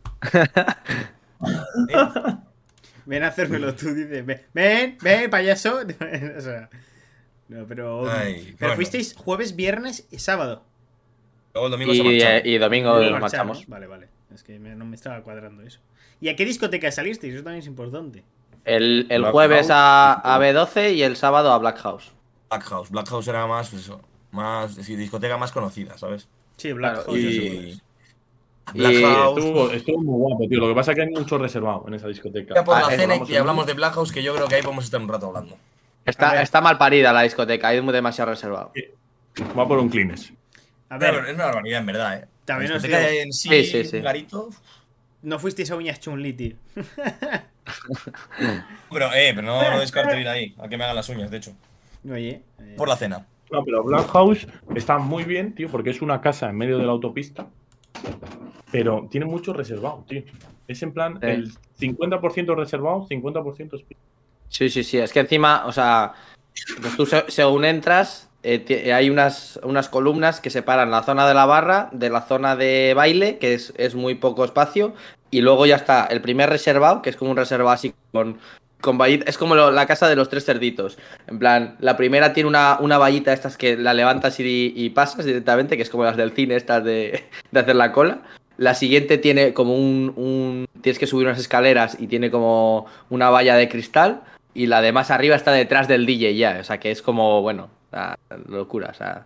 [SPEAKER 3] Ven.
[SPEAKER 4] Ven a hacérmelo tú, dices. Ven, ven, ven, payaso. (laughs) O sea, no, pero.
[SPEAKER 3] Ay,
[SPEAKER 4] pero
[SPEAKER 3] bueno.
[SPEAKER 4] fuisteis jueves, viernes y sábado.
[SPEAKER 3] Luego el domingo se
[SPEAKER 6] y,
[SPEAKER 3] marcharon.
[SPEAKER 6] y domingo
[SPEAKER 4] Luego
[SPEAKER 6] nos
[SPEAKER 4] marchar, ¿no?
[SPEAKER 6] marchamos.
[SPEAKER 4] Vale, vale. Es que me- no me estaba cuadrando eso. ¿Y a qué discoteca salisteis? Eso también es importante.
[SPEAKER 6] El, el
[SPEAKER 5] Black
[SPEAKER 6] jueves
[SPEAKER 5] House.
[SPEAKER 6] a, a B12 y el sábado a Black House.
[SPEAKER 3] Black House. Black House era más pues eso. Más. sí, discoteca más conocida, ¿sabes? Pues
[SPEAKER 4] Sí, Black
[SPEAKER 6] Claro,
[SPEAKER 4] Hole,
[SPEAKER 6] y-
[SPEAKER 4] yo sé cuál
[SPEAKER 3] Black
[SPEAKER 6] Y-
[SPEAKER 3] House.
[SPEAKER 5] Estuvo, estuvo muy guapo, tío. Lo que pasa es que hay mucho reservado en esa discoteca.
[SPEAKER 3] Ya pues. por la
[SPEAKER 5] Ah,
[SPEAKER 3] cena
[SPEAKER 5] hablamos
[SPEAKER 3] y hablamos de Black House, que yo creo que ahí podemos estar un rato hablando.
[SPEAKER 4] A ver.
[SPEAKER 6] Está, está mal parida la discoteca, hay demasiado reservado.
[SPEAKER 5] un- Va por un Kleenex.
[SPEAKER 4] es. A
[SPEAKER 3] Pero
[SPEAKER 4] ver,
[SPEAKER 3] es una barbaridad, en verdad, ¿eh?
[SPEAKER 4] También
[SPEAKER 3] La
[SPEAKER 4] os
[SPEAKER 3] discoteca
[SPEAKER 4] digo-
[SPEAKER 3] en sí,
[SPEAKER 6] Sí, sí, sí.
[SPEAKER 3] un garito.
[SPEAKER 4] no fuisteis a Uñas Chunli, tío.
[SPEAKER 3] Pero, eh, pero no lo descarto ir ahí, a que me hagan las uñas, de hecho.
[SPEAKER 4] Oye. eh,
[SPEAKER 3] Por la cena.
[SPEAKER 5] No, pero Black House está muy bien, tío, porque es una casa en medio de la autopista. Pero tiene mucho reservado, tío. Es en plan
[SPEAKER 6] Sí.
[SPEAKER 5] el 50% reservado, 50% es-
[SPEAKER 6] Sí, sí, sí. Es que encima, o sea, pues tú se- según entras, eh, ti- eh, hay unas, unas columnas que separan la zona de la barra de la zona de baile, que es, es muy poco espacio. Y luego ya está el primer reservado, que es como un reservado así con, con vallita. Es como lo- la casa de los tres cerditos. En plan, la primera tiene una, una vallita, estas que la levantas y, y pasas directamente, que es como las del cine, estas de, de hacer la cola. La siguiente tiene como un, un. Tienes que subir unas escaleras y tiene como una valla de cristal. Y la de más arriba está detrás del DJ ya. O sea, que es como, bueno, la locura. O sea.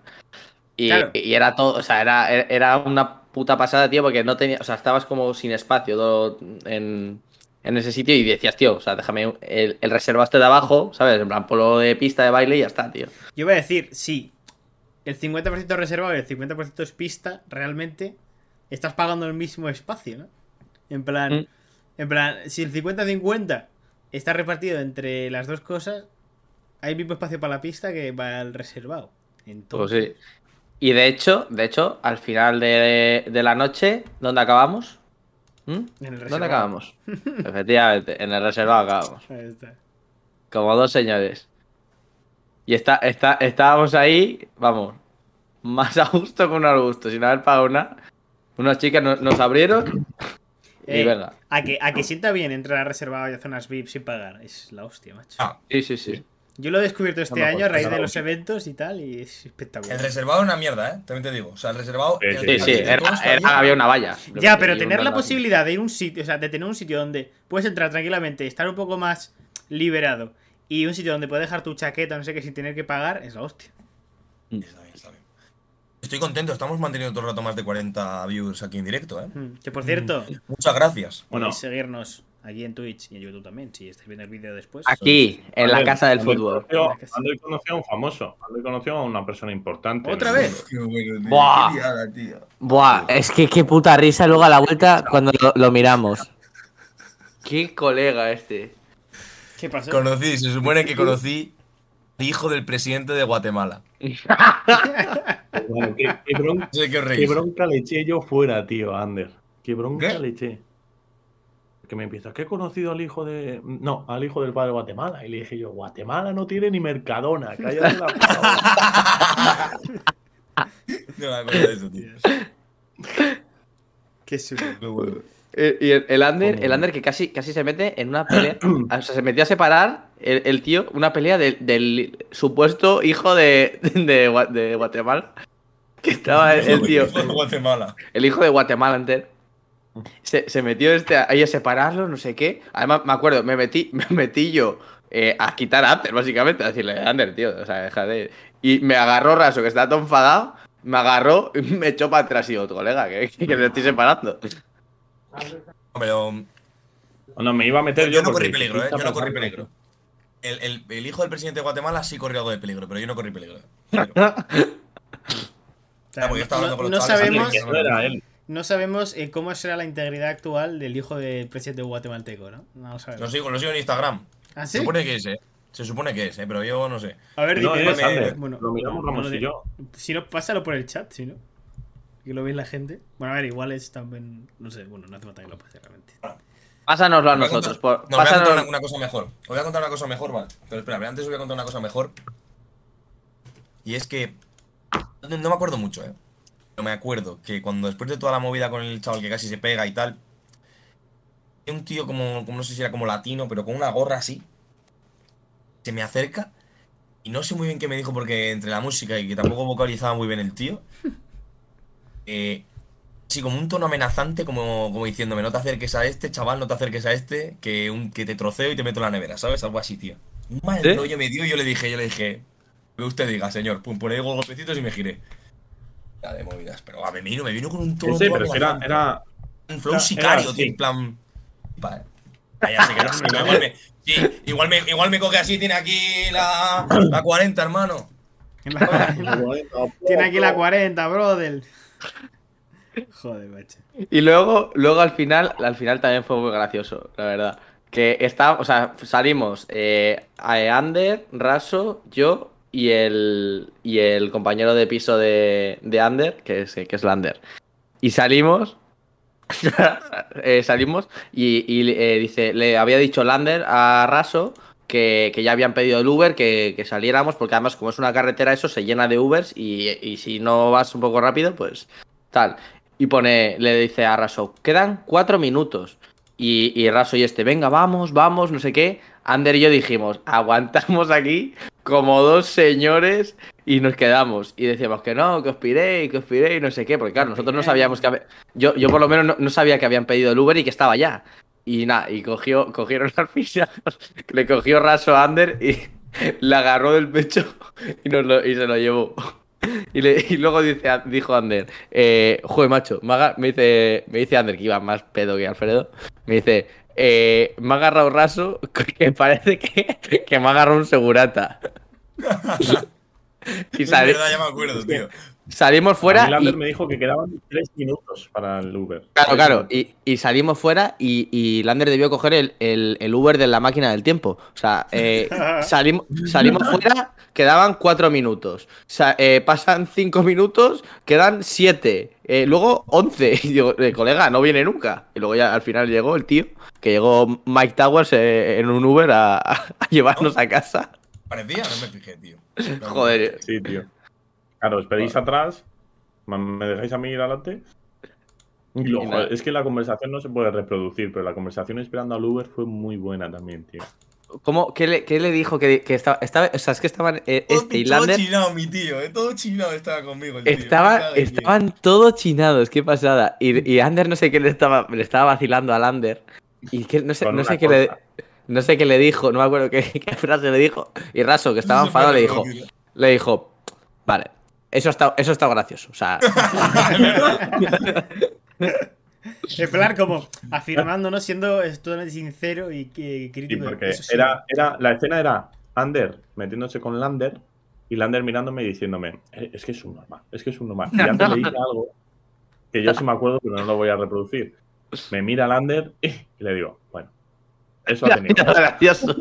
[SPEAKER 6] Y,
[SPEAKER 4] Claro.
[SPEAKER 6] y era todo. O sea, era, era una puta pasada, tío, porque no tenía. O sea, estabas como sin espacio todo en, en ese sitio y decías, tío, o sea, déjame el, el reservaste de abajo, ¿sabes? En plan, polo de pista de baile y ya está, tío.
[SPEAKER 4] Yo voy a decir, sí. El 50% reservado y el 50% es pista, realmente estás pagando el mismo espacio, ¿no? En plan,
[SPEAKER 6] Mm.
[SPEAKER 4] en plan, si el 50-50 está repartido entre las dos cosas, hay el mismo espacio para la pista que para el reservado.
[SPEAKER 6] Pues
[SPEAKER 4] Entonces,
[SPEAKER 6] sí. Y de hecho, de hecho, al final de, de la noche, ¿dónde acabamos? ¿Mm?
[SPEAKER 4] En el
[SPEAKER 6] ¿Dónde
[SPEAKER 4] reservado. (laughs)
[SPEAKER 6] acabamos? Efectivamente, en el reservado acabamos.
[SPEAKER 4] Ahí está.
[SPEAKER 6] Como dos señores. Y está, está, estábamos ahí, vamos, más (laughs) a gusto que un arbusto, sin haber pagado una. Unas chicas no- nos abrieron. Y
[SPEAKER 4] Eh,
[SPEAKER 6] venga.
[SPEAKER 4] a, que, a que sienta bien entrar a reservado y a zonas VIP sin pagar. Es la hostia, macho.
[SPEAKER 3] Ah.
[SPEAKER 6] Sí, sí, sí.
[SPEAKER 4] Yo lo he descubierto este
[SPEAKER 6] No, no,
[SPEAKER 4] año a
[SPEAKER 6] pues,
[SPEAKER 4] raíz
[SPEAKER 6] no,
[SPEAKER 4] de
[SPEAKER 6] no.
[SPEAKER 4] los eventos y tal, y es
[SPEAKER 3] El
[SPEAKER 4] espectacular.
[SPEAKER 3] reservado es una mierda, ¿eh? También te digo. O sea, el reservado.
[SPEAKER 5] Sí,
[SPEAKER 3] el-
[SPEAKER 6] Sí, sí,
[SPEAKER 3] el-
[SPEAKER 6] era-
[SPEAKER 3] todos
[SPEAKER 6] era-
[SPEAKER 3] sabían-
[SPEAKER 6] había una valla.
[SPEAKER 4] Ya, pero
[SPEAKER 6] Y un
[SPEAKER 4] tener la
[SPEAKER 6] andamio.
[SPEAKER 4] posibilidad de ir a un sitio, o sea, de tener un sitio donde puedes entrar tranquilamente, estar un poco más liberado y un sitio donde puedes dejar tu chaqueta, no sé qué, sin tener que pagar, es la hostia.
[SPEAKER 3] Está bien, está bien. Estoy contento, estamos manteniendo todo el rato más de 40 viewers aquí en directo, ¿eh?
[SPEAKER 4] Mm, Que por cierto,
[SPEAKER 3] Muchas gracias.
[SPEAKER 5] (laughs) Bueno,
[SPEAKER 4] podéis seguirnos aquí en Twitch y en YouTube también, si estáis viendo el vídeo después.
[SPEAKER 3] Ah,
[SPEAKER 6] Aquí, en la
[SPEAKER 5] Manuel,
[SPEAKER 6] casa del
[SPEAKER 5] Manuel
[SPEAKER 6] fútbol.
[SPEAKER 5] conoció- Manuel conoció a un famoso. Manuel conoció a una persona importante.
[SPEAKER 4] ¿Otra
[SPEAKER 5] ¿no?
[SPEAKER 4] vez?
[SPEAKER 3] Qué bueno, tío.
[SPEAKER 6] Buah.
[SPEAKER 3] Qué liada, tío.
[SPEAKER 8] Buah, es que qué puta risa luego a la vuelta cuando lo, lo miramos.
[SPEAKER 6] Qué colega este.
[SPEAKER 4] ¿Qué pasó?
[SPEAKER 3] Conocí, se supone que conocí al hijo del presidente de Guatemala.
[SPEAKER 5] Bueno, qué, qué bron-
[SPEAKER 3] No sé qué os
[SPEAKER 5] qué
[SPEAKER 3] reís.
[SPEAKER 5] bronca le eché yo fuera, tío, Ander. Qué bronca
[SPEAKER 3] ¿Qué?
[SPEAKER 5] le eché. Que me empieza, que he conocido al hijo de. No, al hijo del padre de Guatemala. Y le dije yo, Guatemala no tiene ni Mercadona. Cállate la boca". (laughs)
[SPEAKER 3] No me acuerdo de eso, tío.
[SPEAKER 4] Qué susto.
[SPEAKER 3] Qué bueno.
[SPEAKER 6] Eh, Y el, el Ander,
[SPEAKER 5] Como-
[SPEAKER 6] el Ander que casi, casi se mete en una pelea. (clears throat) o sea, se metió a separar el, el tío, una pelea del- del supuesto hijo de, de, Gua- de Guatemala. Que estaba el, el Eh, tío,
[SPEAKER 3] Hijo de Guatemala.
[SPEAKER 6] el hijo de Guatemala Ander. Se, se metió este ahí a separarlo, no sé qué. Además, me acuerdo, me metí, (laughs) me metí yo eh, a quitar a Ander, básicamente, a decirle, Ander, tío, o sea, deja de. Y me agarró Raso, que estaba todo enfadado. Me agarró y (laughs) me echó para atrás y yo, colega, que, que te estoy separando.
[SPEAKER 3] Pero
[SPEAKER 5] No, me iba a meter yo.
[SPEAKER 3] yo no corrí
[SPEAKER 5] porque
[SPEAKER 3] peligro, ¿eh?
[SPEAKER 5] está
[SPEAKER 3] Yo no corrí
[SPEAKER 5] pasando?
[SPEAKER 3] peligro. El, el- el hijo del presidente de Guatemala sí corrió algo de peligro, pero yo no corrí peligro.
[SPEAKER 4] O sea,
[SPEAKER 3] Ah, porque estaba hablando
[SPEAKER 4] no,
[SPEAKER 3] con los
[SPEAKER 4] no
[SPEAKER 3] chavales
[SPEAKER 4] sabemos,
[SPEAKER 5] Que no era él.
[SPEAKER 4] no sabemos eh, cómo será la integridad actual del hijo del presidente guatemalteco, ¿no? No lo
[SPEAKER 3] Lo
[SPEAKER 4] sabemos.
[SPEAKER 3] sigo, lo sigo en Instagram.
[SPEAKER 4] ¿Ah,
[SPEAKER 3] Se
[SPEAKER 4] sí?
[SPEAKER 3] supone que es, ¿eh? Se supone que es, ¿eh? Pero yo no sé.
[SPEAKER 4] A ver,
[SPEAKER 5] No,
[SPEAKER 4] dime.
[SPEAKER 5] es Ander.
[SPEAKER 4] bueno,
[SPEAKER 5] Lo miramos
[SPEAKER 4] no, no
[SPEAKER 5] Ramos
[SPEAKER 4] lo
[SPEAKER 5] y
[SPEAKER 4] di-
[SPEAKER 5] yo.
[SPEAKER 4] Si no, pásalo por el chat, si no. Que lo veis la gente. Bueno, a ver, igual es también. No sé, bueno, no hace falta que lo pase realmente.
[SPEAKER 6] Pásanoslo a
[SPEAKER 3] Os voy a
[SPEAKER 6] nosotros.
[SPEAKER 3] contar-
[SPEAKER 6] Por,
[SPEAKER 3] no, os voy a contar
[SPEAKER 6] pásanos-
[SPEAKER 3] una, una cosa mejor. Os voy a contar una cosa mejor, vale. Pero espera, antes os voy a contar una cosa mejor. Y es que. No, no me acuerdo mucho, ¿eh? Pero me acuerdo que cuando después de toda la movida con el chaval que casi se pega y tal. hay Un tío como, como no sé si era como latino, pero con una gorra así. Se me acerca. Y no sé muy bien qué me dijo porque entre la música y que tampoco vocalizaba muy bien el tío. Eh, Sí, como un tono amenazante, como, como diciéndome, no te acerques a este, chaval, no te acerques a este, que, un, que te troceo y te meto en la nevera, ¿sabes? Algo así, tío. Un mal
[SPEAKER 6] ¿Sí?
[SPEAKER 3] rollo me dio y yo le dije, yo le dije, que usted diga, señor, pum, por ahí hago golpecitos y me giré. Ya de movidas, pero a mí me vino, me vino con un tono
[SPEAKER 5] Sí,
[SPEAKER 3] todo
[SPEAKER 5] pero si era,
[SPEAKER 3] amenazante,
[SPEAKER 5] era,
[SPEAKER 3] un flow
[SPEAKER 5] era-
[SPEAKER 3] sicario,
[SPEAKER 5] era
[SPEAKER 3] tío,
[SPEAKER 5] así.
[SPEAKER 3] en plan... pa- Ah, ya sé que no, sé, pero igual me, sí, igual, me, igual me coge así, tiene aquí la, la 40, hermano.
[SPEAKER 5] (laughs)
[SPEAKER 4] Tiene aquí la 40, brother. Joder, macho.
[SPEAKER 6] Y luego, luego al final, al final también fue muy gracioso, la verdad. Que está, o sea, salimos eh, a Ander, Raso, yo y el y el compañero de piso de, de Ander, que es, que es Lander. Y salimos. (laughs) eh, salimos y, y, eh, dice, le había dicho Lander a Raso que, que ya habían pedido el Uber, que, que saliéramos, porque además como es una carretera eso se llena de Ubers y, y si no vas un poco rápido, pues tal. Y pone, le dice a Raso, quedan cuatro minutos. Y, y Raso y este, venga, vamos, vamos, no sé qué. Ander y yo dijimos, aguantamos aquí como dos señores y nos quedamos. Y decíamos que no, que os piré, que os piré y no sé qué. Porque claro, nosotros no sabíamos que... habe- Yo, yo por lo menos no, no sabía que habían pedido el Uber y que estaba ya. Y nada, y cogió, cogieron las fichas, (laughs) le cogió Raso a Ander y (laughs) le agarró del pecho (laughs) y, nos lo- y se lo llevó. (laughs) Y, le- y luego dice, dijo Ander, eh, joder, macho, me, aga- me dice, me dice Ander, que iba más pedo que Alfredo, me dice, eh, me ha agarrado raso, (laughs) que parece que, que me ha agarrado un segurata. y,
[SPEAKER 3] Es
[SPEAKER 6] sali-
[SPEAKER 3] verdad, ya me acuerdo, tío.
[SPEAKER 6] Salimos
[SPEAKER 5] Fuera.
[SPEAKER 6] fuera y,
[SPEAKER 5] me dijo que quedaban tres minutos para el Uber.
[SPEAKER 6] Claro, claro. Y, y salimos fuera y, y Lander debió coger el, el- el Uber de la máquina del tiempo. O sea,
[SPEAKER 5] (laughs)
[SPEAKER 6] eh, salim- salimos fuera, quedaban cuatro minutos. Sa- eh, pasan cinco minutos, quedan siete. Eh, luego once. (laughs) Y digo, eh, colega, no viene nunca. Y luego ya al final llegó el tío, que llegó Mike Towers eh, en un Uber a, a llevarnos a casa.
[SPEAKER 3] Parecía, no me fijé, tío.
[SPEAKER 6] (laughs) Joder.
[SPEAKER 5] Sí, tío. Claro, os pedís atrás, ma- me dejáis a mí ir adelante. Y lo-
[SPEAKER 6] Y nada.
[SPEAKER 5] joder, es que la conversación no se puede reproducir, pero la conversación esperando al Uber fue muy buena también, tío.
[SPEAKER 6] ¿Cómo, qué, le, qué le dijo que, que estaba, estaba- O sea, es que estaban eh,
[SPEAKER 3] Todo,
[SPEAKER 6] este y
[SPEAKER 3] Oh, todo
[SPEAKER 6] Lander.
[SPEAKER 3] chinado, mi tío. eh, Todo chinado estaba conmigo. El tío, me
[SPEAKER 6] Estaba,
[SPEAKER 3] cago en diez.
[SPEAKER 6] estaban todos chinados, qué pasada. Y, y Ander no sé qué le estaba, le estaba vacilando al Ander. Y que, no sé,
[SPEAKER 5] Con
[SPEAKER 6] no sé
[SPEAKER 5] una
[SPEAKER 6] qué le,
[SPEAKER 5] cosa.
[SPEAKER 6] no sé qué le dijo, no me acuerdo qué, (laughs) qué frase le dijo. Y Raso, que estaba
[SPEAKER 3] Eso se
[SPEAKER 6] enfadado, le
[SPEAKER 3] puede
[SPEAKER 6] dijo,
[SPEAKER 3] reproducir.
[SPEAKER 6] le dijo, vale, eso está, eso está gracioso.
[SPEAKER 5] (laughs)
[SPEAKER 6] O sea, (laughs)
[SPEAKER 4] En plan, como afirmando, ¿no? Siendo eh, totalmente sincero y
[SPEAKER 5] Sí,
[SPEAKER 4] que- crítico.
[SPEAKER 5] porque
[SPEAKER 4] Eso sí.
[SPEAKER 5] era, era, la escena era Ander metiéndose con Lander y Lander mirándome y diciéndome, "Eh, es que es un normal, es que es un normal. Y antes le dije algo que yo sí me acuerdo, pero no lo voy a reproducir. Me mira Lander y le digo, bueno, eso ha tenido.
[SPEAKER 6] gracioso.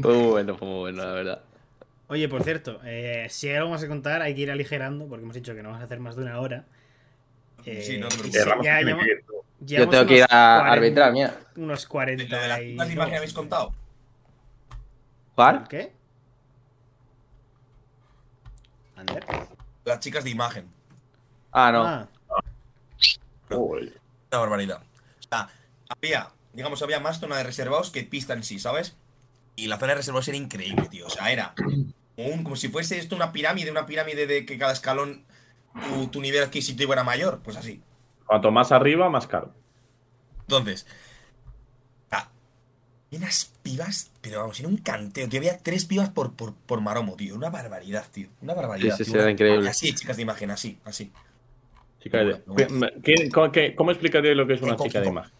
[SPEAKER 6] fue muy bueno, fue muy bueno, la verdad.
[SPEAKER 4] Oye, por cierto, eh, si hay algo más que contar, hay que ir aligerando, porque hemos dicho que no vas a hacer más de una hora. Eh,
[SPEAKER 3] Sí, no te
[SPEAKER 4] y
[SPEAKER 3] preocupes.
[SPEAKER 4] se-
[SPEAKER 5] Eh, Ramos
[SPEAKER 4] ya
[SPEAKER 5] tiene
[SPEAKER 4] llevamos-
[SPEAKER 5] que ir, tú.
[SPEAKER 6] Yo
[SPEAKER 4] llevamos
[SPEAKER 6] tengo que ir
[SPEAKER 4] unos
[SPEAKER 6] a
[SPEAKER 4] 40
[SPEAKER 6] arbitrar, mira.
[SPEAKER 4] Unos
[SPEAKER 3] De la de
[SPEAKER 4] 40
[SPEAKER 3] las
[SPEAKER 4] y...
[SPEAKER 3] putas imágenes que habéis contado.
[SPEAKER 6] ¿Cuál?
[SPEAKER 4] ¿Qué? ¿Ander?
[SPEAKER 3] Las chicas de imagen.
[SPEAKER 6] Ah, no.
[SPEAKER 4] Ah,
[SPEAKER 5] Uy,
[SPEAKER 3] Una barbaridad. O sea, había, digamos, había más zona de reservados que pista en sí, ¿sabes? Y la zona de reservados era increíble, tío. O sea, era como, un- como si fuese esto una pirámide, una pirámide de que cada escalón tu, tu nivel adquisitivo era mayor, pues así.
[SPEAKER 5] Cuanto más arriba, más caro.
[SPEAKER 3] Entonces, ah, unas pibas, pero vamos, era un canteo, tío. Había tres pibas por, por, por maromo, tío. Una barbaridad, tío. Una barbaridad. tío.
[SPEAKER 6] Sí, sí, sí, era
[SPEAKER 3] Una-
[SPEAKER 6] increíble.
[SPEAKER 3] Así, de chicas de imagen, así, así.
[SPEAKER 5] Chica de-
[SPEAKER 3] Bueno, bueno.
[SPEAKER 5] ¿Quién- cómo, qué- cómo explicaría lo que es una
[SPEAKER 3] Poco,
[SPEAKER 5] chica de
[SPEAKER 3] poco.
[SPEAKER 5] imagen?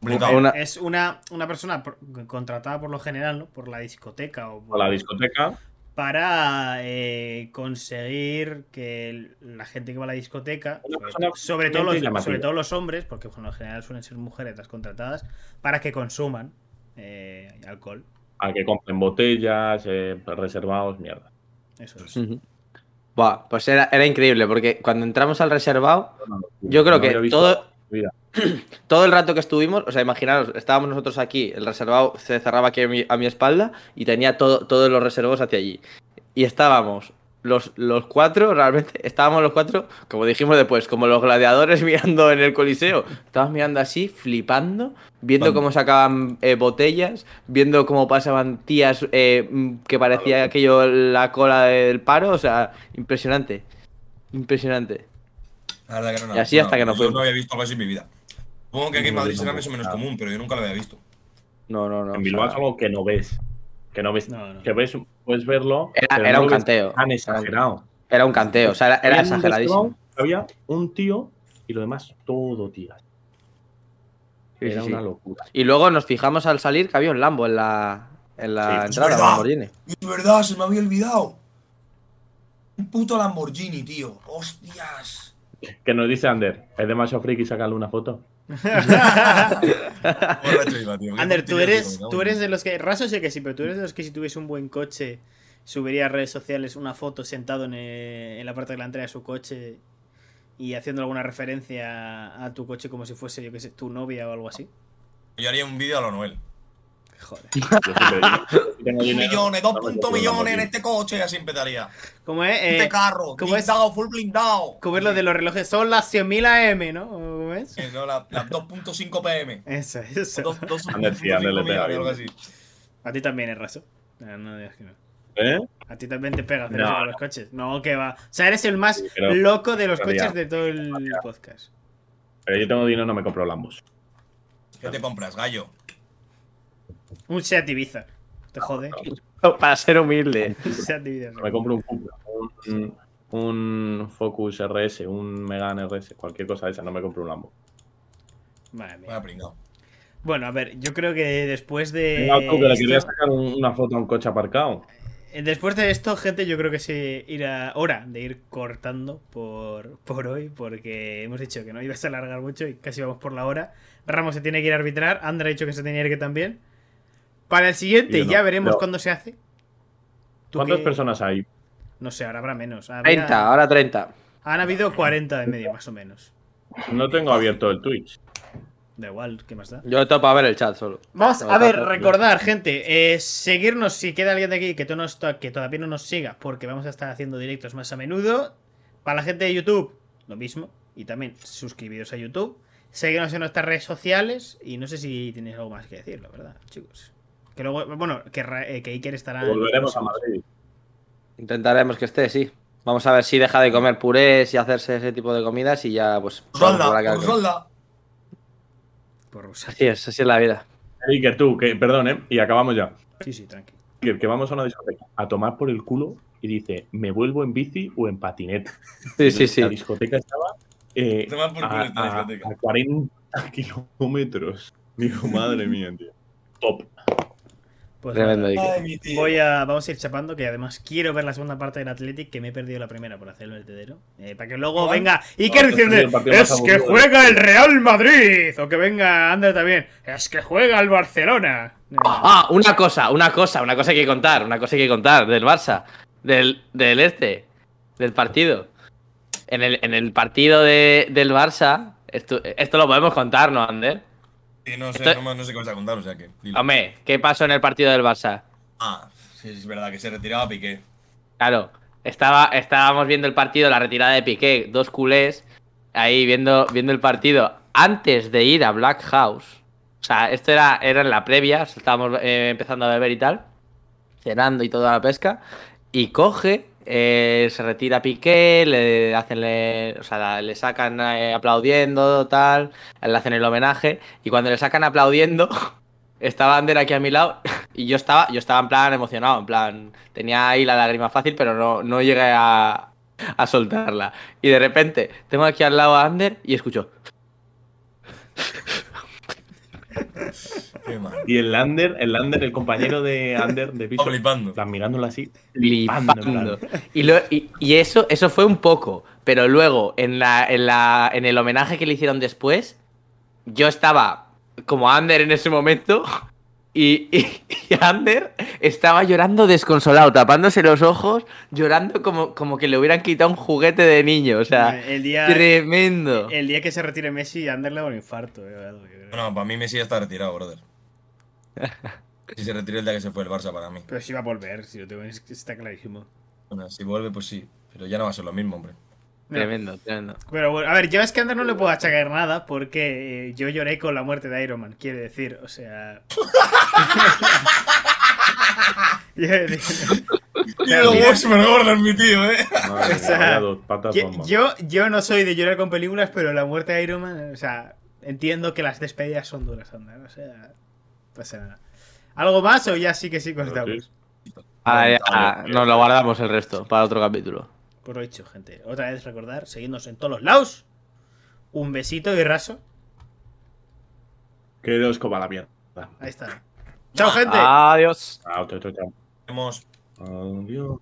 [SPEAKER 3] Complicado.
[SPEAKER 6] Una-
[SPEAKER 4] es una, una persona por- contratada por lo general, ¿no? Por la discoteca o
[SPEAKER 5] A
[SPEAKER 4] por,
[SPEAKER 5] la discoteca,
[SPEAKER 4] para eh, conseguir que el- la gente que va a la discoteca,
[SPEAKER 5] Una
[SPEAKER 4] sobre-
[SPEAKER 5] persona
[SPEAKER 4] sobre, todo
[SPEAKER 5] llamativa.
[SPEAKER 4] los, sobre todo los hombres, porque bueno, en general suelen ser mujeres las contratadas, para que consuman eh, alcohol.
[SPEAKER 5] a que compren botellas, eh, reservados, mierda.
[SPEAKER 4] Eso es.
[SPEAKER 6] Ujú. Buah, pues era, era increíble, porque cuando entramos al reservado, yo
[SPEAKER 5] No
[SPEAKER 6] creo
[SPEAKER 5] había
[SPEAKER 6] que
[SPEAKER 5] visto
[SPEAKER 6] todo,
[SPEAKER 5] en mi vida.
[SPEAKER 6] todo el rato que estuvimos, o sea, imaginaros, estábamos nosotros aquí, el reservado se cerraba aquí a mi, a mi espalda y tenía todo, todos los reservados hacia allí. Y estábamos, los, los cuatro, realmente, (laughs) estábamos los cuatro, como dijimos después, como los gladiadores (laughs) mirando en el coliseo. Estábamos mirando así, flipando, viendo
[SPEAKER 3] Vamos.
[SPEAKER 6] cómo sacaban eh, botellas, viendo cómo pasaban tías eh, mm, que parecía aquello la cola del paro, o sea, impresionante. Impresionante.
[SPEAKER 3] La verdad que era una
[SPEAKER 6] Y así hasta que no
[SPEAKER 3] yo
[SPEAKER 6] fuimos.
[SPEAKER 3] no había visto algo así en mi vida. Supongo que aquí en
[SPEAKER 5] No,
[SPEAKER 3] Madrid
[SPEAKER 5] yo
[SPEAKER 3] será
[SPEAKER 5] tampoco,
[SPEAKER 3] más o menos
[SPEAKER 5] claro.
[SPEAKER 3] común, pero yo nunca lo había visto.
[SPEAKER 6] No, no, no.
[SPEAKER 5] En
[SPEAKER 6] o
[SPEAKER 5] Bilbao
[SPEAKER 6] sea,
[SPEAKER 5] es algo que no ves. Que no ves.
[SPEAKER 4] No, no.
[SPEAKER 5] Que ves, puedes verlo.
[SPEAKER 6] Era-
[SPEAKER 5] pero
[SPEAKER 6] era
[SPEAKER 5] no
[SPEAKER 6] un
[SPEAKER 5] lo ves
[SPEAKER 6] canteo.
[SPEAKER 5] Tan exagerado.
[SPEAKER 6] Era un canteo, o sea, era, era
[SPEAKER 5] Había un
[SPEAKER 6] exageradísimo.
[SPEAKER 5] restaurante, Había un tío y lo demás todo tías.
[SPEAKER 6] Sí, sí,
[SPEAKER 5] Era
[SPEAKER 6] sí.
[SPEAKER 5] una locura.
[SPEAKER 6] Y luego nos fijamos al salir que había un Lambo en la, en la
[SPEAKER 5] Sí.
[SPEAKER 6] entrada,
[SPEAKER 3] ¡Es
[SPEAKER 6] un
[SPEAKER 3] verdad!
[SPEAKER 6] Lamborghini.
[SPEAKER 3] Es verdad, se me había olvidado. Un puto Lamborghini, tío. Hostias.
[SPEAKER 5] Que nos dice Ander, es demasiado friki sacarle una foto.
[SPEAKER 3] Borracho iba, tío. Qué
[SPEAKER 4] Ander, tú
[SPEAKER 3] tontería,
[SPEAKER 4] eres,
[SPEAKER 3] tío, me cago
[SPEAKER 4] tú
[SPEAKER 3] en
[SPEAKER 4] eres de los que. Raso sé que sí, pero tú eres de los que si tuviese un buen coche, subiría a redes sociales una foto sentado en, eh, en la parte delantera de su coche y haciendo alguna referencia a tu coche como si fuese, yo que sé, tu novia o algo así.
[SPEAKER 3] Yo haría un vídeo a lo Noel.
[SPEAKER 4] Joder.
[SPEAKER 5] Yo siempre digo, si tengo
[SPEAKER 3] Un
[SPEAKER 5] dinero,
[SPEAKER 3] millones, dos
[SPEAKER 5] no me
[SPEAKER 3] puntos
[SPEAKER 5] compro un
[SPEAKER 3] millones en
[SPEAKER 5] Lamborghini.
[SPEAKER 3] este coche, así empezaría.
[SPEAKER 4] ¿Cómo es? Eh,
[SPEAKER 3] este carro,
[SPEAKER 4] ¿cómo es?
[SPEAKER 3] blindado, full blindado.
[SPEAKER 4] Como es lo de los relojes, son las 100.000 AM, ¿no? ¿Cómo es?
[SPEAKER 3] Eh, no, la- las 2.5 PM.
[SPEAKER 4] (laughs) Eso,
[SPEAKER 3] O
[SPEAKER 4] eso.
[SPEAKER 3] dos- dos-
[SPEAKER 5] Ander, sí, Ander le
[SPEAKER 3] 2.5
[SPEAKER 5] pega
[SPEAKER 3] millones, algo así.
[SPEAKER 5] bien.
[SPEAKER 4] A ti también es raso. No, no digas que no.
[SPEAKER 3] este-
[SPEAKER 5] ¿Eh?
[SPEAKER 4] A ti también te pegas de
[SPEAKER 5] No,
[SPEAKER 4] con los coches. No, que va. O sea, eres el más
[SPEAKER 5] Sí, pero-
[SPEAKER 4] loco de los
[SPEAKER 5] María,
[SPEAKER 4] coches de todo el podcast.
[SPEAKER 5] Pero yo tengo dinero, no me compro Lambos.
[SPEAKER 3] ¿Qué te compras, gallo?
[SPEAKER 4] Un Seat Ibiza. Te jode.
[SPEAKER 6] (laughs) Para ser humilde.
[SPEAKER 4] Un Seat Ibiza.
[SPEAKER 5] Me compro un Cupra, un, un Focus RS, un Megan RS, cualquier cosa de esa, no me compro un Lambo.
[SPEAKER 4] Madre
[SPEAKER 3] Me ha
[SPEAKER 4] mía.
[SPEAKER 3] pringado.
[SPEAKER 4] Bueno, a ver, yo creo que después de.
[SPEAKER 3] Eh,
[SPEAKER 5] Un auto que le
[SPEAKER 4] esto, eh,
[SPEAKER 5] quería sacar un- una foto a un coche aparcado.
[SPEAKER 4] Después de esto, gente, yo creo que sí irá hora de ir cortando por, por hoy, porque hemos dicho que no ibas a alargar mucho y casi vamos por la hora. Ramos se tiene que ir a arbitrar, Andra ha dicho que se tenía que ir también. Para el siguiente,
[SPEAKER 5] Yo no,
[SPEAKER 4] ya veremos
[SPEAKER 5] no.
[SPEAKER 4] cuándo se hace. ¿Tú
[SPEAKER 5] ¿Cuántas
[SPEAKER 4] qué?
[SPEAKER 5] personas hay?
[SPEAKER 4] No sé, ahora habrá menos. Habrá-
[SPEAKER 6] 30, ahora 30.
[SPEAKER 4] Han habido 40 de medio, más o menos.
[SPEAKER 5] No tengo abierto el Twitch.
[SPEAKER 4] Da igual, ¿qué más da?
[SPEAKER 6] Yo topo a ver el chat solo.
[SPEAKER 4] Vamos
[SPEAKER 6] No,
[SPEAKER 4] a ver,
[SPEAKER 6] tampoco.
[SPEAKER 4] recordar, gente, eh, seguirnos si queda alguien de aquí que, to- no está- que todavía no nos siga, porque vamos a estar haciendo directos más a menudo. Para la gente de YouTube, lo mismo. Y también suscribiros a YouTube. Seguirnos en nuestras redes sociales. Y no sé si tienes algo más que decir, la verdad, chicos. Que luego, bueno, que, Ra- eh, que Iker
[SPEAKER 3] Ah,
[SPEAKER 4] estará. en-
[SPEAKER 5] Pues Volveremos a Madrid.
[SPEAKER 6] Intentaremos que esté, sí. Vamos a ver si deja de comer purés y hacerse ese tipo de comidas y ya, pues. vamos por
[SPEAKER 3] Osvalda,
[SPEAKER 6] acá con-
[SPEAKER 3] Osvalda.
[SPEAKER 4] Por Rusia.
[SPEAKER 6] Así es, así es la vida.
[SPEAKER 5] Iker, tú, que, perdón, ¿eh? Y acabamos ya.
[SPEAKER 4] Sí, sí, tranqui.
[SPEAKER 5] Iker, que vamos a una discoteca a tomar por el culo y dice, ¿me vuelvo en bici o en patinete?
[SPEAKER 6] Sí, sí, sí.
[SPEAKER 5] La discoteca estaba eh,
[SPEAKER 3] Tomar por culo
[SPEAKER 5] a,
[SPEAKER 3] esta
[SPEAKER 5] a-
[SPEAKER 3] discoteca.
[SPEAKER 5] a 40 kilómetros. Digo, madre mía, tío. Top.
[SPEAKER 4] Pues
[SPEAKER 6] Tremendo,
[SPEAKER 4] nada,
[SPEAKER 3] Ay,
[SPEAKER 6] Iker.
[SPEAKER 3] mi tío.
[SPEAKER 4] voy a, vamos a ir chapando, que además quiero ver la segunda parte del Athletic, que me he perdido la primera por hacer el vertedero. Eh, para que luego
[SPEAKER 3] Juan,
[SPEAKER 4] venga Iker
[SPEAKER 5] no, este
[SPEAKER 4] diciendo,
[SPEAKER 5] es el partido más
[SPEAKER 4] es que
[SPEAKER 5] aburrido de
[SPEAKER 4] juega el Real Madrid. O que venga Ander también, es que juega el Barcelona. No, no,
[SPEAKER 6] Ah, una cosa, una cosa, una cosa hay que contar, una cosa hay que contar del Barça, del, del este, del partido. En el, en el partido de- del Barça, esto, esto lo podemos contar, ¿no, Ander?
[SPEAKER 3] Sí, no sé,
[SPEAKER 6] Estoy-
[SPEAKER 3] no, me- no sé qué vas a contar, o sea que. dilo.
[SPEAKER 6] Hombre, ¿qué pasó en el partido del Barça?
[SPEAKER 3] Ah, sí, es verdad que se retiraba Piqué.
[SPEAKER 6] Claro, estaba, estábamos viendo el partido, la retirada de Piqué, dos culés, ahí viendo, viendo el partido antes de ir a Black House. O sea, esto era, era en la previa, estábamos eh, empezando a beber y tal, cenando y toda la pesca, y coge, eh, se retira Piqué, le hacen, le, o sea, le sacan eh, aplaudiendo, tal, le hacen el homenaje, y cuando le sacan aplaudiendo, (laughs) estaba Ander aquí a mi lado y yo estaba, yo estaba en plan emocionado, en plan, tenía ahí la lágrima fácil, pero no, no llegué a, a soltarla. Y de repente, tengo aquí al lado a Ander y escucho,
[SPEAKER 3] Qué mal.
[SPEAKER 5] Y el Lander, el Lander, el compañero de Ander de piso,
[SPEAKER 3] Estaba flipando.
[SPEAKER 5] están mirándolo
[SPEAKER 4] (laughs)
[SPEAKER 5] así. Flipando,
[SPEAKER 6] flipando. Y, lo- y- y eso, eso fue un poco, pero luego, en, la, en, la, en el homenaje que le hicieron después, yo estaba como Ander en ese momento. Y, y- y Ander estaba llorando desconsolado, tapándose los ojos, llorando como, como que le hubieran quitado un juguete de niño. O sea,
[SPEAKER 4] el, día,
[SPEAKER 6] Tremendo.
[SPEAKER 4] el día que se retire Messi, Ander le da un infarto. eh, algo, yo creo.
[SPEAKER 3] No, no, para mí Messi ya está retirado, brother. Si se retiró el día que se fue el Barça para mí.
[SPEAKER 4] Pero si va a volver, si lo tengo, es que está clarísimo.
[SPEAKER 3] Bueno, si vuelve, pues sí. Pero ya no va a ser lo mismo, hombre.
[SPEAKER 6] Tremendo, tremendo.
[SPEAKER 4] Pero bueno, a ver, yo es que a Ander no le puedo achacar nada porque eh, yo lloré con la muerte de Iron Man, quiere decir, o sea. (laughs) Yo-
[SPEAKER 3] Tío, Boxman Gordon, mi tío, eh.
[SPEAKER 5] Madre
[SPEAKER 4] O
[SPEAKER 5] mía,
[SPEAKER 4] sea,
[SPEAKER 5] había dos patas
[SPEAKER 4] yo,
[SPEAKER 5] bombas.
[SPEAKER 4] yo, yo no soy de llorar con películas, pero la muerte de Iron Man, o sea, entiendo que las despedidas son duras, Ander, o sea, pasa nada. ¿Algo más o ya sí que sí cortamos?
[SPEAKER 6] Ah, ya, ah, nos lo guardamos el resto para otro capítulo.
[SPEAKER 4] Por lo dicho, gente, otra vez recordar, seguidnos en todos los lados. Un besito y raso.
[SPEAKER 5] Que Dios coma la mierda. Ah,
[SPEAKER 4] Ahí está.
[SPEAKER 6] ah,
[SPEAKER 4] ¡Chao, gente!
[SPEAKER 6] Adiós.
[SPEAKER 5] Chao, chao, chao, chao.
[SPEAKER 3] Hemos
[SPEAKER 5] Adiós.